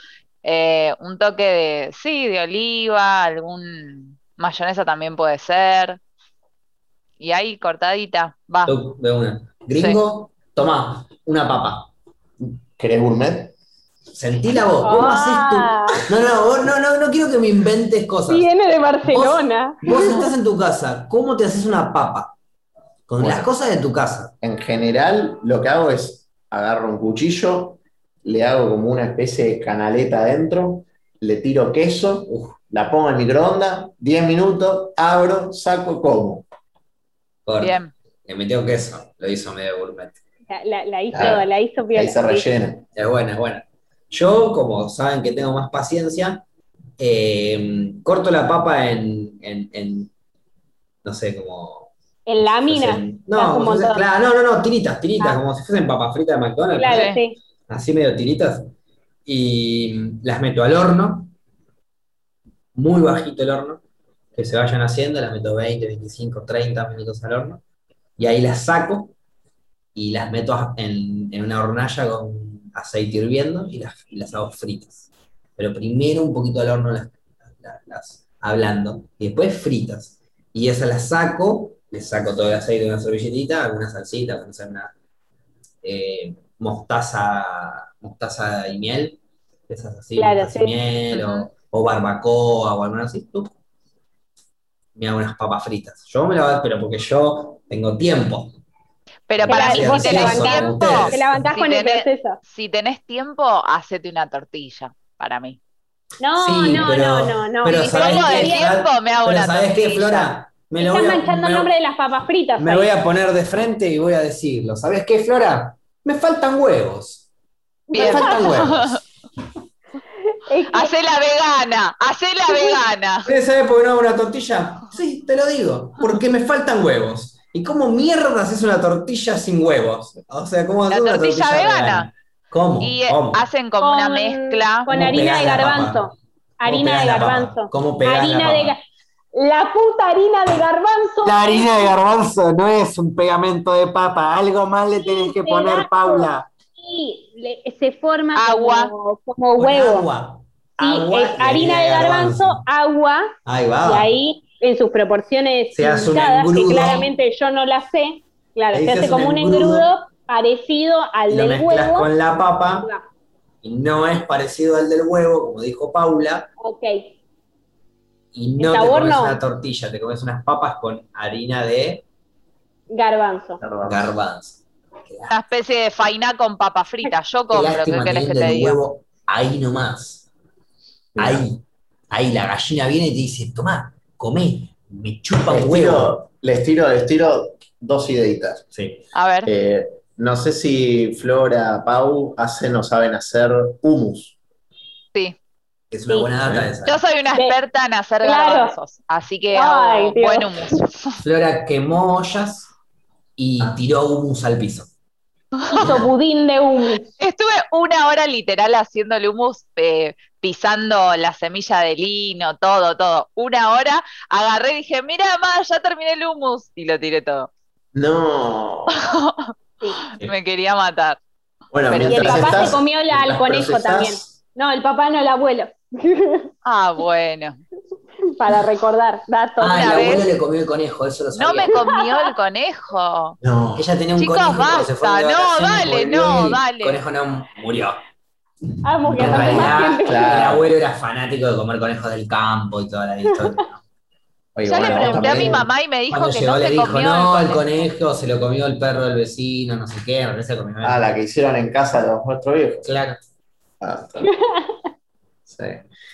D: Eh, un toque de, sí, de oliva, algún mayonesa también puede ser. Y ahí cortadita, va.
A: Tú, De una. Gringo, tomá una papa.
C: ¿Querés gourmet?
A: Sentí la voz. ¿Cómo
B: Ah,
A: haces tú? No, no, vos no, no, no quiero que me inventes cosas.
B: Viene de Barcelona.
A: Vos estás en tu casa, ¿cómo te haces una papa? Con
C: Bueno.
A: las cosas de tu casa.
C: En general, lo que hago es agarro un cuchillo, le hago como una especie de canaleta adentro, le tiro queso,
A: Uf,
C: la pongo en el microondas, 10 minutos, abro, saco, como.
A: corta.
D: Bien.
A: Le metió queso, lo hizo medio gourmet.
B: La, la- la hizo,
C: Claro.
B: la hizo
C: Ahí
B: piola, sí.
C: se rellena.
A: Es buena, es buena. Yo, como saben que tengo más paciencia, eh, corto la papa en, en- en, no sé, como...
B: En la
A: si
B: mina.
A: fuesen- no,
B: un
A: como si fuesen-
B: montón.
A: claro, no, no, no, tiritas, tiritas,
B: Ah.
A: como si fuesen papas fritas de McDonald's,
B: Claro,
D: Sí.
B: sí.
A: así medio tiritas, y las meto al horno, muy bajito el horno, que se vayan haciendo, las meto 20, 25, 30 minutos al horno, y ahí las saco y las meto a- en, en una hornalla con aceite hirviendo y las, y las hago fritas. Pero primero un poquito al horno las, las, las ablando y después fritas. Y esas las saco, les saco todo el aceite de una servilletita, alguna salsita, no sé, una eh, mostaza, mostaza y miel, esas así,
B: Claro,
A: mostaza y
B: sí.
A: miel, o-
D: Ujú.
A: o, barbacoa o alguna así. tup. Me hago unas papas fritas. Yo me las pero porque yo tengo tiempo.
D: Pero para
B: Claro,
D: mí,
B: y
D: si
B: vos te
D: tenés
B: levantás-
D: tiempo,
A: ustedes.
B: Te la levantás
D: si
B: con el
D: tenés-
B: proceso.
D: si tenés tiempo, hacete una tortilla, para mí.
B: No,
A: Sí,
B: no,
A: pero-
B: no, no, no.
A: pero
B: Y
A: ¿sabés
D: Poco
B: vos
D: de
A: qué?
B: querías-
D: tiempo me hago
A: Pero
D: una
A: ¿sabés qué,
D: tortilla.
A: Flora? Me lo
B: Estás
A: voy a,
B: manchando el
A: me-
B: nombre de las papas fritas.
A: me
B: ahí.
A: voy a poner de frente y voy a decirlo. ¿Sabés qué, Flora? Me faltan huevos. Me
D: Bien.
A: faltan huevos.
B: Es que-
D: Hacé la vegana, hacé la vegana.
A: ¿Ustedes saben por qué no hago una tortilla? Sí, te lo digo. Porque me faltan huevos. ¿Y cómo mierda haces una tortilla sin huevos? O sea, ¿cómo haces una
D: tortilla
A: tortilla
D: vegana.
A: ¿Cómo?
D: Y eh,
A: ¿Cómo?
D: hacen como una mezcla.
B: Con
A: ¿Cómo
B: harina
A: pegás
B: de
A: la papa?
B: garbanzo.
A: ¿Cómo
B: Harina
A: pegás
B: de
A: la papa?
B: garbanzo.
A: ¿Cómo pegás la
B: Harina
A: papa?
B: de ga- la puta harina de garbanzo.
E: La harina de garbanzo no es un pegamento de papa, algo más le tenés que poner, Paula.
B: Sí, le- se forma
D: Agua.
B: como, como
A: Con
B: huevo.
A: Agua.
B: Sí,
A: Agua
B: es
A: y
B: harina de garbanzo, agua,
A: Ahí
B: y
A: va.
B: ahí en sus proporciones
A: Se hace un
B: indicadas, que
A: engrudo.
B: claramente yo no las sé, claro,
A: Ahí
B: se,
A: se
B: hace
A: hace
B: como
A: un
B: un
A: engrudo.
B: engrudo, parecido al
A: lo
B: del
A: mezclas
B: huevo.
A: con la papa y no es parecido al del huevo, como dijo Paula,
B: Ok,
A: y
B: El
A: no te
B: sabor
A: comes
B: no.
A: una tortilla, te comes unas papas con harina de
B: garbanzo.
A: garbanzo. Qué
D: Una especie de faina con papa frita. Yo
A: Qué
D: compro, ¿qué
A: lástima
D: querés que
A: teniendo
D: te
A: el
D: diga?
A: huevo ahí nomás. Ahí. Ahí la gallina viene y te dice, tomá, comé, me chupa
C: Les
A: un huevo.
C: tiro, les tiro, les tiro dos ideitas.
A: Sí.
D: A ver,
C: Eh, no sé si Flora, Pau, hacen o saben hacer hummus.
D: sí.
A: Es una
B: Sí.
A: buena data esa.
D: Yo soy una
B: Sí.
D: experta en hacer
B: Claro.
D: garbanzos, así que
B: Ay,
D: hago
B: Dios.
D: buen humus.
A: Flora quemó ollas y
C: Ah.
A: tiró humus al piso.
B: Hizo pudín de humus.
D: Estuve una hora literal haciendo el humus, eh, pisando la semilla de lino, todo, todo. Una hora agarré y dije, mira, mamá, ya terminé el humus. Y lo tiré todo.
C: No.
D: Me quería matar.
C: Bueno,
D: Pero-
B: Y el
C: mientras
B: papá
C: estás,
B: se comió la, al
C: mientras
B: conejo
C: procesás,
B: también. No, el papá no, el abuelo.
D: Ah, bueno.
B: Para recordar datos.
A: Ah, el
D: Una
A: abuelo
D: vez-
A: le comió el conejo, eso lo
D: No
A: sabía.
D: me comió el conejo.
C: No.
A: Ella tenía un
D: Chicos,
A: conejo. cuando se
D: basta,
A: fueron de
D: no,
A: vacaciones,
D: dale,
A: volvió
D: no,
A: y
D: dale.
A: El conejo no murió.
B: Amo que
A: En
B: hace más
A: realidad,
B: gente.
C: Claro.
A: el abuelo era fanático de comer conejos del campo y toda la historia.
C: Oye,
D: Ya le
C: bueno,
D: pregunté a mi
C: también.
D: mamá y me dijo
A: Cuando
D: que
A: llegó
D: no
A: le
D: se
A: dijo,
D: comió
A: no,
D: el
A: el conejo se lo comió el perro del vecino, no sé qué, regresa comió el
C: Ah, la que hicieron en casa de los cuatro viejos.
A: Claro.
C: Ah, está. sí.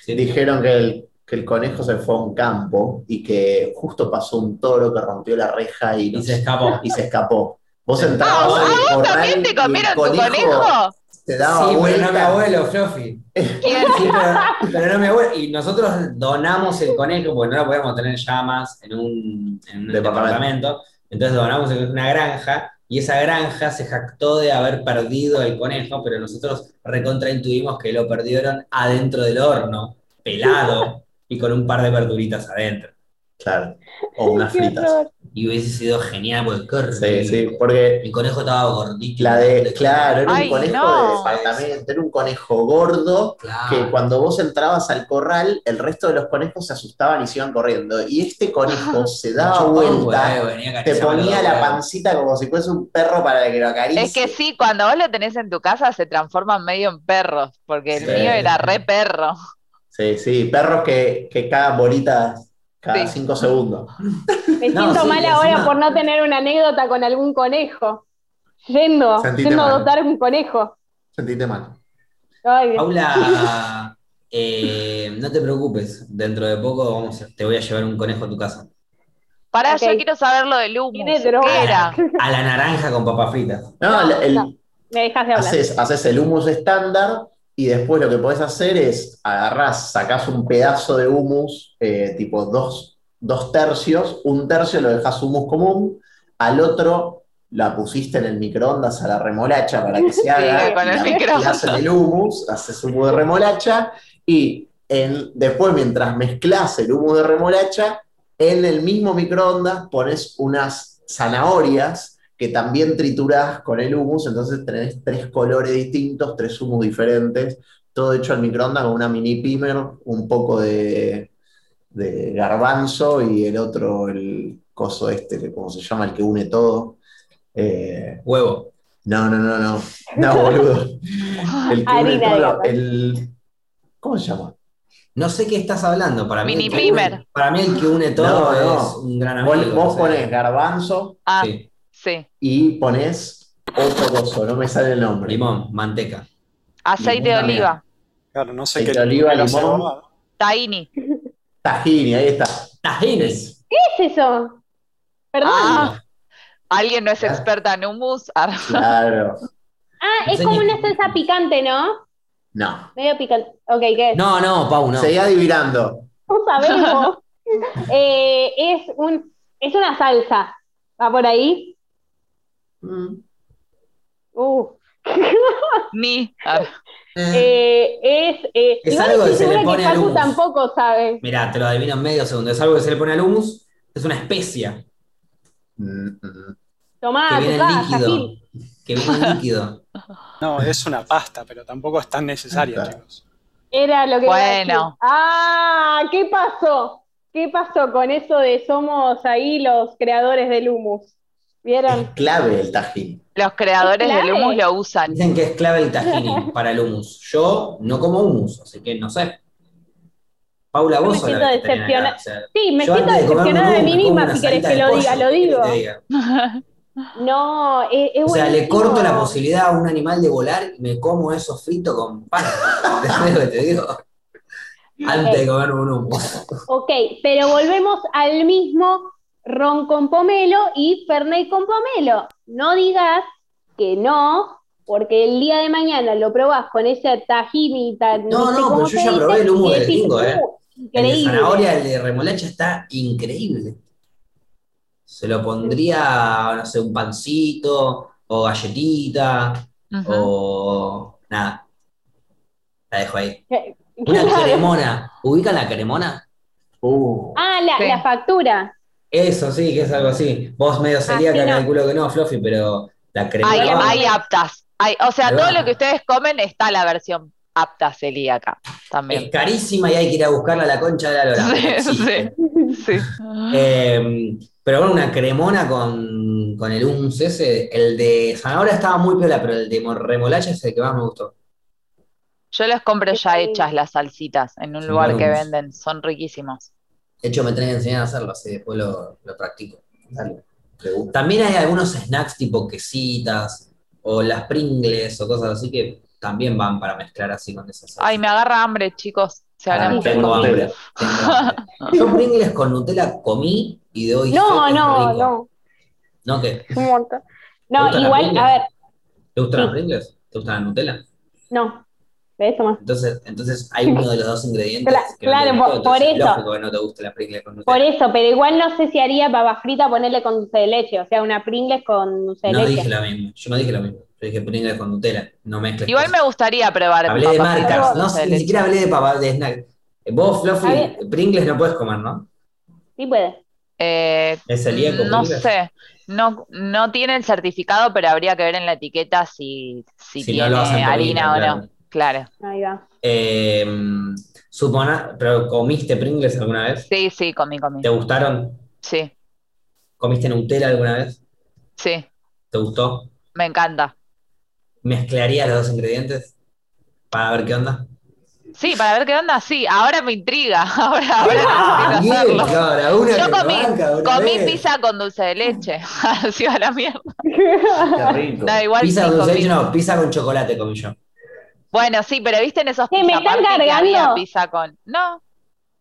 A: Sí.
C: Dijeron que el, que el conejo se fue a un campo y que justo pasó un toro que rompió la reja y,
A: Y se escapó.
C: y se escapó. Vos
D: Ah,
C: entrabas
D: ¿a
C: en el
D: vos
C: corral
D: también
C: y
D: te
C: el
D: comieron tu conejo?
C: Te daba
A: Sí, pero
C: vuelta.
A: no mi abuelo, Fluffy.
D: ¿Quién?
A: Sí, pero, pero no mi abuelo. Y nosotros donamos el conejo, porque no lo podíamos tener ya más en un, en un
C: Departamento.
A: departamento. Entonces donamos el conejo en una granja. Y esa granja se jactó de haber perdido el conejo, pero nosotros recontraintuimos que lo perdieron adentro del horno, pelado y con un par de verduritas adentro.
C: Claro. O unas
B: Qué
C: fritas.
B: horror.
A: Y hubiese sido genial, porque qué
C: Sí,
A: rico.
C: sí, porque
A: El conejo estaba gordito.
C: la de, claro, era un
D: Ay,
C: conejo
D: no.
C: de departamento, era un conejo gordo que
A: Claro.
C: cuando vos entrabas al corral, el resto de los conejos se asustaban y se iban corriendo. Y este
D: Ah.
C: conejo se daba
A: Chupó el
C: vuelta.
A: huevo, eh, venía
C: Te
A: acariciando
C: ponía
A: los
C: la
A: huevos.
C: pancita como si fuese un perro para que lo acaricie.
D: Es que sí, cuando vos lo tenés en tu casa se transforman medio en perros, porque el
C: Sí.
D: mío era re perro.
C: Sí, sí, perros que, que cagan bolitas cada
D: Sí.
C: cinco segundos.
B: Me
A: No,
B: siento
A: sí,
B: mal
A: y
B: ahora
A: encima-
B: por no tener una anécdota con algún conejo. Yendo,
C: Sentite
B: yendo a
C: mal.
B: adoptar un conejo.
C: Sentiste mal.
B: Ay, Dios.
A: Paula, eh, no te preocupes, dentro de poco vamos a- te voy a llevar un conejo a tu casa.
D: Pará,
B: Ok.
D: yo quiero saber lo del humus.
B: Tiene
D: ¿Qué
B: droga.
D: era?
A: A la naranja con papas fritas.
C: No,
B: No,
C: el-
B: no. me dejas de hablar.
C: Haces, haces el humus estándar y después lo que podés hacer es agarrás, sacás un pedazo de humus, eh, tipo dos, dos tercios, un tercio lo dejás humus común, al otro la pusiste en el microondas a la remolacha para que se haga,
D: con el
C: la
D: microondas.
C: mezclás en el humus, haces humo de remolacha y en- después mientras mezclas el humo de remolacha, en el mismo microondas pones unas zanahorias que también triturás con el humus, entonces tenés tres colores distintos, tres humus diferentes, todo hecho al microondas con una mini pimer, un poco de, de garbanzo y el otro, el coso este, que como se llama, el que une todo. Eh,
A: Huevo.
C: no, no, no, no, no, boludo. El que une
B: Harina de
C: todo,
B: garbanzo.
C: el... ¿Cómo se llama?
A: No sé qué estás hablando. Para mí,
D: Mini
A: el que
D: primer.
A: une- para mí el que une todo
C: No, no.
A: es un gran amigo.
C: Vos, vos
A: o sea.
C: ponés garbanzo
D: Ah, sí.
A: Sí.
C: y ponés otro coso, no me sale el nombre.
A: Limón, manteca.
D: Aceite de
C: Ninguna
D: oliva.
E: Claro, no sé
C: Aceite
E: qué.
C: de oliva,
E: la
C: limón.
E: cebada.
D: Tahini.
C: Tajini, ahí está.
A: Tajines.
B: ¿Qué es eso? Perdón. Ah,
D: Ah, alguien no es experta en humus. Ah,
C: Claro.
B: Ah, es como una salsa picante, ¿no?
C: No.
B: Medio picante. Ok, ¿qué es?
A: No, no, Pau, no.
C: Seguí adivinando.
B: No sabemos. Eh, es, un, es una salsa. ¿Va por ahí? Mm. Uh.
D: Ni. Ah,
B: Eh, es eh,
A: Es
B: igual
A: algo
B: estoy
A: que se le
B: segura
A: pone al
B: Facu
A: humus.
B: tampoco sabe.
A: Mirá, te lo adivino en medio segundo. Es algo que se le pone al humus. Es una especia
C: Mm,
B: Tomá,
A: que viene en
B: tocá,
A: líquido.
B: Sajil.
A: Que viene en líquido.
E: No, es una pasta, pero tampoco es tan necesaria,
C: Claro.
E: chicos.
B: Era lo que. iba a decir.
D: Bueno.
B: Ah, ¿qué pasó? ¿Qué pasó con eso de somos ahí los creadores del humus?
C: Es
B: ¿Vieron?
C: clave el tajín.
D: los creadores
B: Claro.
D: del humus lo usan.
A: Dicen que es clave el tajini para el hummus. Yo no como hummus, así que no sé. Paula,
B: Yo
A: vos
B: me
A: sos la
B: siento
A: vegetariana, o sea,
B: Sí, me
A: yo
B: siento
A: antes de comerme un
B: decepcionada de
A: hummus,
B: mí
A: me como
B: misma
A: una
B: si querés
A: salita
B: que
A: de
B: lo
A: pollo,
B: diga, lo
A: ¿qué querés que
B: digo.
A: te diga?
B: No, es, es
A: O sea, le
B: buenísimo.
A: corto la posibilidad a un animal de volar y me como eso frito con pan. ¿Te sabes lo que te digo? Antes
B: Eh,
A: de comerme un hummus.
B: Ok, pero volvemos al mismo ron con pomelo y fernet con pomelo. No digas que no, Porque el día de mañana lo probás con ese tahini, ta-
A: No,
B: sé
A: no,
B: cómo
A: pero yo
B: se
A: ya
B: dice,
A: probé el humo
B: y
A: del
B: decís,
A: gringo, ¿eh?
B: "Uh,
A: El de
B: Increíble.
A: zanahoria, el de remolacha está increíble. Se lo pondría, no sé, un pancito, o galletita,
D: Ujú.
A: o nada. La dejo ahí. Una
B: Claro.
A: cremona. ¿Ubican la cremona?
C: Uh,
B: Ah, la,
D: Sí.
B: la factura.
A: Eso sí, que es algo así. Vos
D: Ah,
A: medio celíaca,
B: Así no.
A: calculo que no, Fluffy, pero la cremona.
D: Hay,
B: Pero-
D: hay aptas. Hay- o sea,
A: Ahí
D: todo
A: va.
D: lo que ustedes comen está la versión apta celíaca
A: Es
D: también.
A: carísima y hay que ir a buscarla a la concha de la lora.
D: Sí,
A: Existe.
D: Sí.
A: Eh, pero bueno, una cremona con, con el hummus ese. El de zanahoria estaba muy piola, pero el de mo- remolacha es el que más me gustó.
D: Yo les compro ya
B: Sí.
D: hechas las salsitas en un
A: Son
D: lugar que
A: buenos.
D: venden, son riquísimos.
A: De hecho, me tienen que enseñar a hacerlo, así después lo, lo practico. Dale. También hay algunos snacks tipo quesitas o las pringles o cosas así que también van para mezclar así con esas salsas.
D: Ay, me agarra hambre, chicos. Se
A: Ah,
D: hablamos de
C: tengo
D: comida.
C: hambre.
A: Tengo hambre. Yo pringles con Nutella comí y de hoy sé
B: No,
A: que es
B: no,
A: rico.
B: no.
A: ¿No qué?
B: Un montón.
A: ¿Te
B: No,
A: gustan las
B: igual,
A: Pringles?
B: a ver,
A: ¿Te gustan
B: Sí.
A: las pringles? ¿Te gustan la Nutella?
B: no. De eso más.
A: Entonces, entonces hay uno de los dos ingredientes.
B: Cla-
A: que no
B: claro,
A: tiene
B: por-
A: todo, entonces
B: por
A: es
B: eso.
A: Lógico que no te guste la Pringles con Nutella.
B: Por eso, pero igual no sé si haría papa frita ponerle con dulce de leche, o sea, una Pringles con dulce de
A: no
B: leche.
A: dije lo mismo. Yo no dije lo mismo. Yo dije Pringles con Nutella. No mezcles.
D: Igual
A: cosas.
D: me gustaría probar. eh,
A: Hablé de
D: papas
A: marcas.
D: fritas,
A: No,
D: dulce de
A: ni
D: leche.
A: siquiera hablé de papas, de snack. Vos, Fluffy,
B: A ver.
A: Pringles no puedes comer, ¿no?
B: Sí puede.
D: Eh,
A: ¿Es celíaco?
D: no
A: Pringles?
D: sé, no, no tiene el certificado, pero habría que ver en la etiqueta si, si
A: Si no
D: tiene
A: lo hacen por
D: harina
A: Instagram,
D: o no. Claro.
B: Ahí va.
A: Eh, supona- ¿Pero comiste Pringles alguna vez?
D: Sí, sí, comí, comí.
A: ¿Te gustaron?
D: Sí,
A: ¿Comiste Nutella alguna vez?
D: sí,
A: ¿Te gustó?
D: me encanta.
A: ¿Mezclarías los dos ingredientes? Para ver qué onda.
D: Sí, para ver qué onda, sí, ahora me intriga, ahora, ahora
A: Ah,
D: necesito
A: bien,
D: hacerlo.
A: cara, una que
D: Yo
A: me
D: comí,
A: banca, una
D: comí
A: vez.
D: pizza con dulce de leche, así a la mierda.
C: qué rico.
D: Da igual
A: Pizza
D: sí
A: con dulce de leche,
D: comí.
A: no, pizza con chocolate comí yo.
D: Bueno, sí, pero viste en esos
B: Sí, me
D: pizza
B: están
D: party que había
B: cargando.
D: pizza con. No,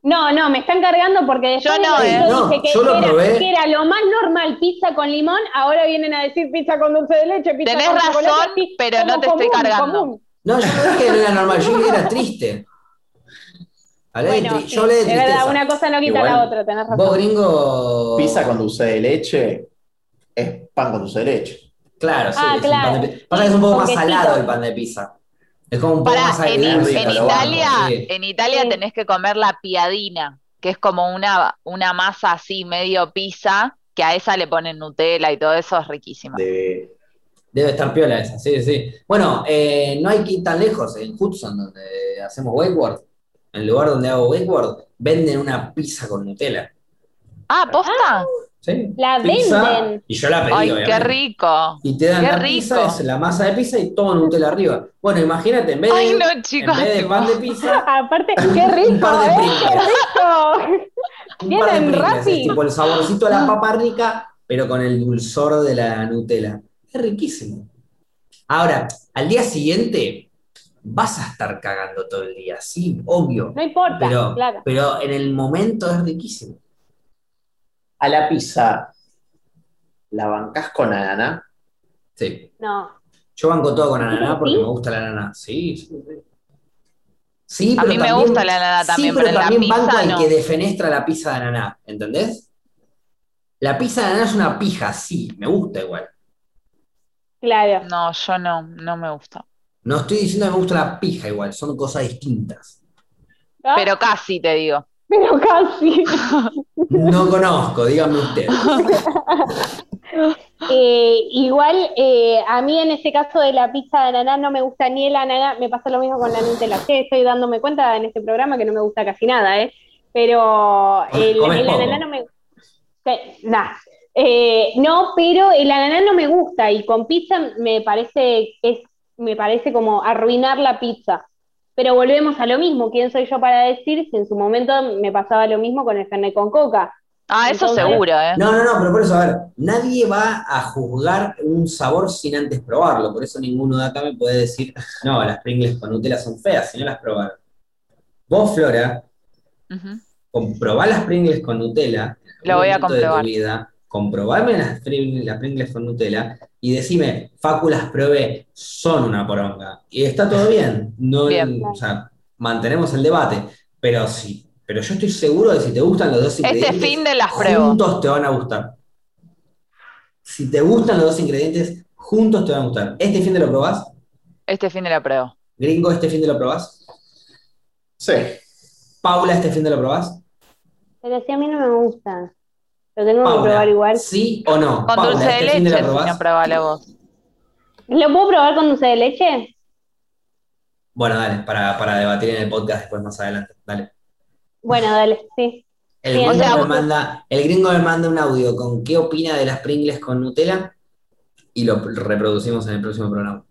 B: No, no, me están cargando porque después
D: Yo no,
B: de que
D: ¿eh?
A: No,
B: dije que,
A: yo lo
B: era,
A: probé.
B: que era lo más normal pizza con limón, ahora vienen a decir pizza con dulce de leche, pizza
D: Tenés
B: con chocolate,
D: razón,
B: así,
D: pero
B: como
D: no te estoy
B: común,
D: cargando.
B: común.
A: No, yo no dije que no era normal, yo dije que era triste. Hablé de
B: Bueno,
A: tri-
B: sí,
A: yo hablé de
B: de
A: tristeza.
B: verdad, una cosa no quita
C: Igual,
B: la otra, tenés razón.
A: Vos, gringo.
C: Pizza con dulce de leche es pan con dulce de leche.
A: Claro, sí.
B: Ah,
A: es un
B: claro.
A: pan de pi- Pasa que es un poco
B: Con
A: más
B: quesito.
A: salado el pan de pizza. Es como un poco
D: Pará,
A: más
D: en,
A: agridulce,
D: en
A: pero
C: lo
A: banco,
D: Italia,
A: sí.
D: en Italia
B: Sí.
D: tenés que comer la piadina, que es como una, una masa así, medio pizza, que a esa le ponen Nutella y todo eso es riquísimo.
C: De,
A: Debe estar piola esa, sí, sí. Bueno, eh, no hay que ir tan lejos. En Hudson, donde hacemos wakeboard, en el lugar donde hago wakeboard, venden una pizza con Nutella.
D: Ah, posta.
A: ¿Sí?
B: La
A: Pizza,
B: venden.
A: Y yo la pedí,
D: Ay, qué
A: obviamente.
D: rico.
A: Y te dan
D: Qué
A: la
D: rico.
A: pizza, es la masa de pizza y todo Nutella arriba. Bueno, imagínate, en vez de,
D: Ay, no,
A: en
D: chicos.
A: vez de pan de pizza,
B: Aparte, qué
A: Un
B: rico,
A: par de
B: ¿eh? Qué
A: Pringles.
B: rico.
A: un par de
B: Vienen
A: Pringles.
B: Rappi.
A: Es tipo el saborcito a
D: Ah.
A: la papa rica, pero con el dulzor de la Nutella. Es riquísimo. Ahora, al día siguiente vas a estar cagando todo el día, sí, obvio.
B: No importa,
A: Pero,
B: claro.
A: pero en el momento es riquísimo.
C: a la pizza, ¿la bancás con ananá?
A: Sí.
B: No.
A: Yo banco todo con ananá porque
B: ¿Sí?
A: me gusta la ananá. Sí, sí, sí. Sí,
D: A
A: pero
D: mí me
A: también-
D: gusta la nana también,
A: sí, pero,
D: pero en la
A: también banco
D: pizza
A: al
D: no.
A: que defenestra la pizza de ananá, ¿entendés? La pizza de ananá es una pija, sí, me gusta igual.
B: Claro.
D: No, yo no, no me gusta.
A: No estoy diciendo que me gusta la pija igual, son cosas distintas.
B: Ah,
D: Pero casi te digo.
B: pero casi.
A: No conozco, díganme usted.
B: Eh, igual, eh, a mí en ese caso de la pizza de ananá no me gusta ni el ananá. Me pasa lo mismo con la Nutella. Sí, estoy dándome cuenta en este programa que no me gusta casi nada, ¿eh? Pero
A: Comes-
B: el,
A: comes
B: el
A: poco.
B: ananá no me Sí, nah. Eh, no, pero el ananá no me gusta y con pizza me parece, es, me parece como arruinar la pizza. Pero volvemos a lo mismo. ¿Quién soy yo para decir si en su momento me pasaba lo mismo con el carne con coca?
D: Ah, eso
B: Entonces-
D: seguro, ¿eh?
A: No, no, no, pero por eso, a ver, nadie va a juzgar un sabor sin antes probarlo, por eso ninguno de acá me puede decir, no, las Pringles con Nutella son feas, si no las probaron. Vos, Flora,
D: Ujú.
A: comprobá las Pringles con Nutella. en algún
D: Lo voy a
A: momento de tu
D: comprobar.
A: vida, comprobame las Pringles, las Pringles con Nutella y decime, Facu las probé, son una poronga. Y está todo bien. No,
D: Bien.
A: O sea, mantenemos el debate. Pero sí, pero yo estoy seguro de que si te gustan los dos
D: Este
A: ingredientes,
D: fin de las pruebo.
A: juntos te van a gustar. Si te gustan los dos ingredientes, juntos te van a gustar. ¿Este fin de lo probás?
D: Este fin de la pruebo.
A: Gringo, ¿este fin de lo probás?
C: Sí.
A: Paula, ¿este fin de lo probás?
B: Pero si a mí no me gusta. Lo tengo
A: Paula,
B: que probar igual.
A: ¿Sí o no?
D: Con
A: Paula,
D: dulce de
A: ¿este fin de
D: leche,
A: lo
D: si
A: probás?
D: no probá la voz.
B: ¿Lo puedo probar con dulce de leche?
A: Bueno, dale, para, para debatir en el podcast después más adelante. Dale.
B: Bueno, dale, sí.
A: El
B: Bien.
A: gringo,
D: O sea,
A: me
D: vos-
A: manda, el gringo me manda un audio con qué opina de las Pringles con Nutella y lo reproducimos en el próximo programa.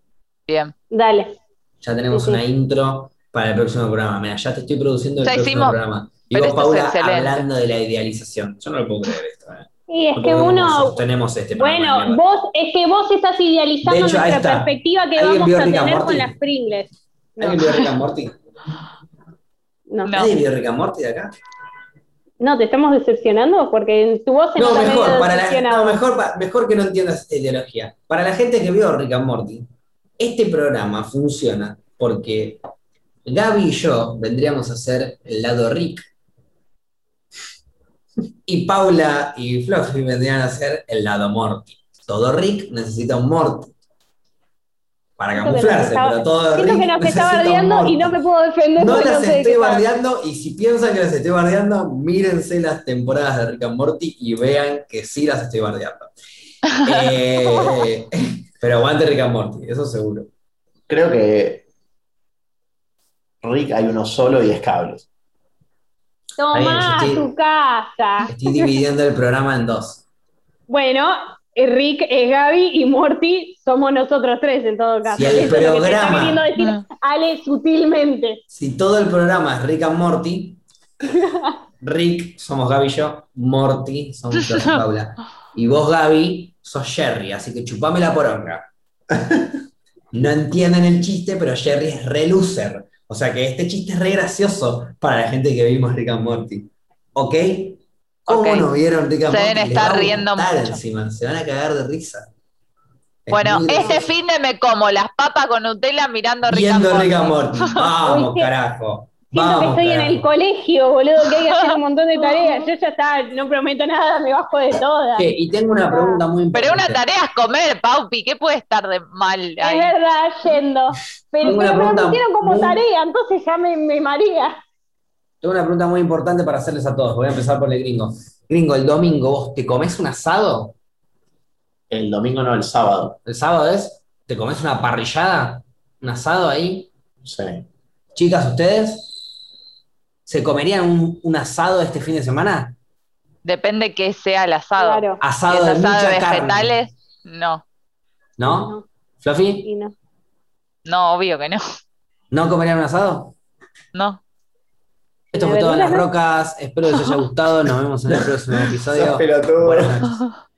D: Bien.
B: Dale.
A: Ya tenemos
B: Sí, sí.
A: una intro para el próximo programa. Mira, ya te estoy produciendo el
D: Ya
A: próximo
D: hicimos,
A: programa. Y
D: pero
A: vos,
D: esto es
A: Paula,
D: excelente.
A: hablando de la idealización. Yo no lo puedo creer esto. ¿eh?
B: Y es
A: No puedo
B: que
A: creer cómo
B: uno.
A: sostenemos este programa. de
B: Bueno,
A: mierda.
B: vos, es que vos estás idealizando
A: De hecho, ahí
B: nuestra
A: está.
B: perspectiva que
A: ¿Alguien
B: vamos
A: vio
B: a
A: Rick and
B: tener con
A: Morty?
B: las Pringles. No,
A: ¿Alguien vio Rick and Morty?
B: no.
D: No.
A: ¿Nadie vio Rick and Morty de acá?
B: No, te estamos decepcionando porque en tu voz se
A: No,
B: nota
A: mejor,
B: medio
A: para la- no,
B: decepcionado.
A: mejor, pa- mejor que no entiendas esta ideología. Para la gente que vio Rick and Morty, este programa funciona porque Gaby y yo vendríamos a ser el lado Rick. Y Paula y Fluffy vendrían a ser el lado Morty. Todo Rick necesita un Morty. Para
B: Siento que nos
A: camuflarse,
B: estaba-
A: pero todo Rick
B: Siento que nos
A: necesita
B: está
A: un
B: bardeando y
A: Morty.
B: no me puedo defender
A: No
B: porque
A: las
B: sé de qué
A: estoy
B: está-
A: bardeando y si piensan que las estoy bardeando, mírense las temporadas de Rick and Morty y vean que sí las estoy bardeando. Eh, pero aguante Rick and Morty, eso seguro.
C: Creo que Rick hay uno solo y es cables.
B: Tomá
A: Está bien, yo estoy-
B: tu casa.
A: Estoy dividiendo el programa en dos.
B: Bueno, eh, Rick es Gaby y Morty somos nosotros tres en todo caso.
A: Si el
B: Eso es lo que te está
A: programa-
B: queriendo decir Ale sutilmente.
A: Si todo el programa es Rick and Morty, Rick somos Gaby y yo, Morty somos yo y Paula. Y vos, Gaby, sos Sherry, así que chupame la poronga. No entienden el chiste, pero Sherry es re loser. O sea que este chiste es re gracioso para la gente que vimos Rick and Morty. ¿Ok? ¿Cómo
D: Ok.
A: no vieron Rick and
D: Se
A: Morty?
D: deben
A: Les
D: estar
A: va a
D: riendo
A: gustar
D: mucho.
A: encima, Se van a cagar de risa. Es
D: Bueno,
A: muy
D: este
A: gracioso.
D: fin de me como las papas con Nutella mirando Rick and
A: Viendo
D: Morty.
A: Rick and Morty. Vamos,
B: Uy, sí.
A: carajo.
B: Siento que
A: Vamos,
B: estoy en
A: carajo.
B: el colegio, boludo, que hay que hacer un montón de tareas. Yo ya está, no prometo nada, me bajo de todas.
A: Che, y tengo una pregunta muy importante.
D: Pero una tarea es comer, Paupi. ¿Qué puede estar de mal
B: Es
D: ahí?
B: verdad, yendo. Pero,
A: Tengo una
B: pero me
A: pregunta
B: lo pusieron como
A: muy-
B: tarea, entonces ya me, me marea.
A: Tengo una pregunta muy importante para hacerles a todos. Voy a empezar por el gringo. Gringo, el domingo, ¿vos te comes un asado?
C: El domingo no, el sábado.
A: ¿El sábado es? ¿Te comes una parrillada? ¿Un asado ahí?
C: Sí.
A: Chicas, ¿ustedes se comerían un, un asado este fin de semana?
D: Depende qué sea el asado.
B: Claro.
D: Si es
A: Asado de
D: asado de
A: mucha carne.
D: vegetales, no.
A: Ah, ¿No?
B: No,
A: ¿Fluffy?
B: y no.
D: No, obvio que no.
A: ¿No comerían un asado?
D: No.
A: Esto
B: ¿De
A: fue todo en las
B: verduras,
A: rocas. Espero que les haya gustado. Nos vemos en el próximo episodio.
C: Sos pelotudo.
A: Buenas noches.
D: Chao.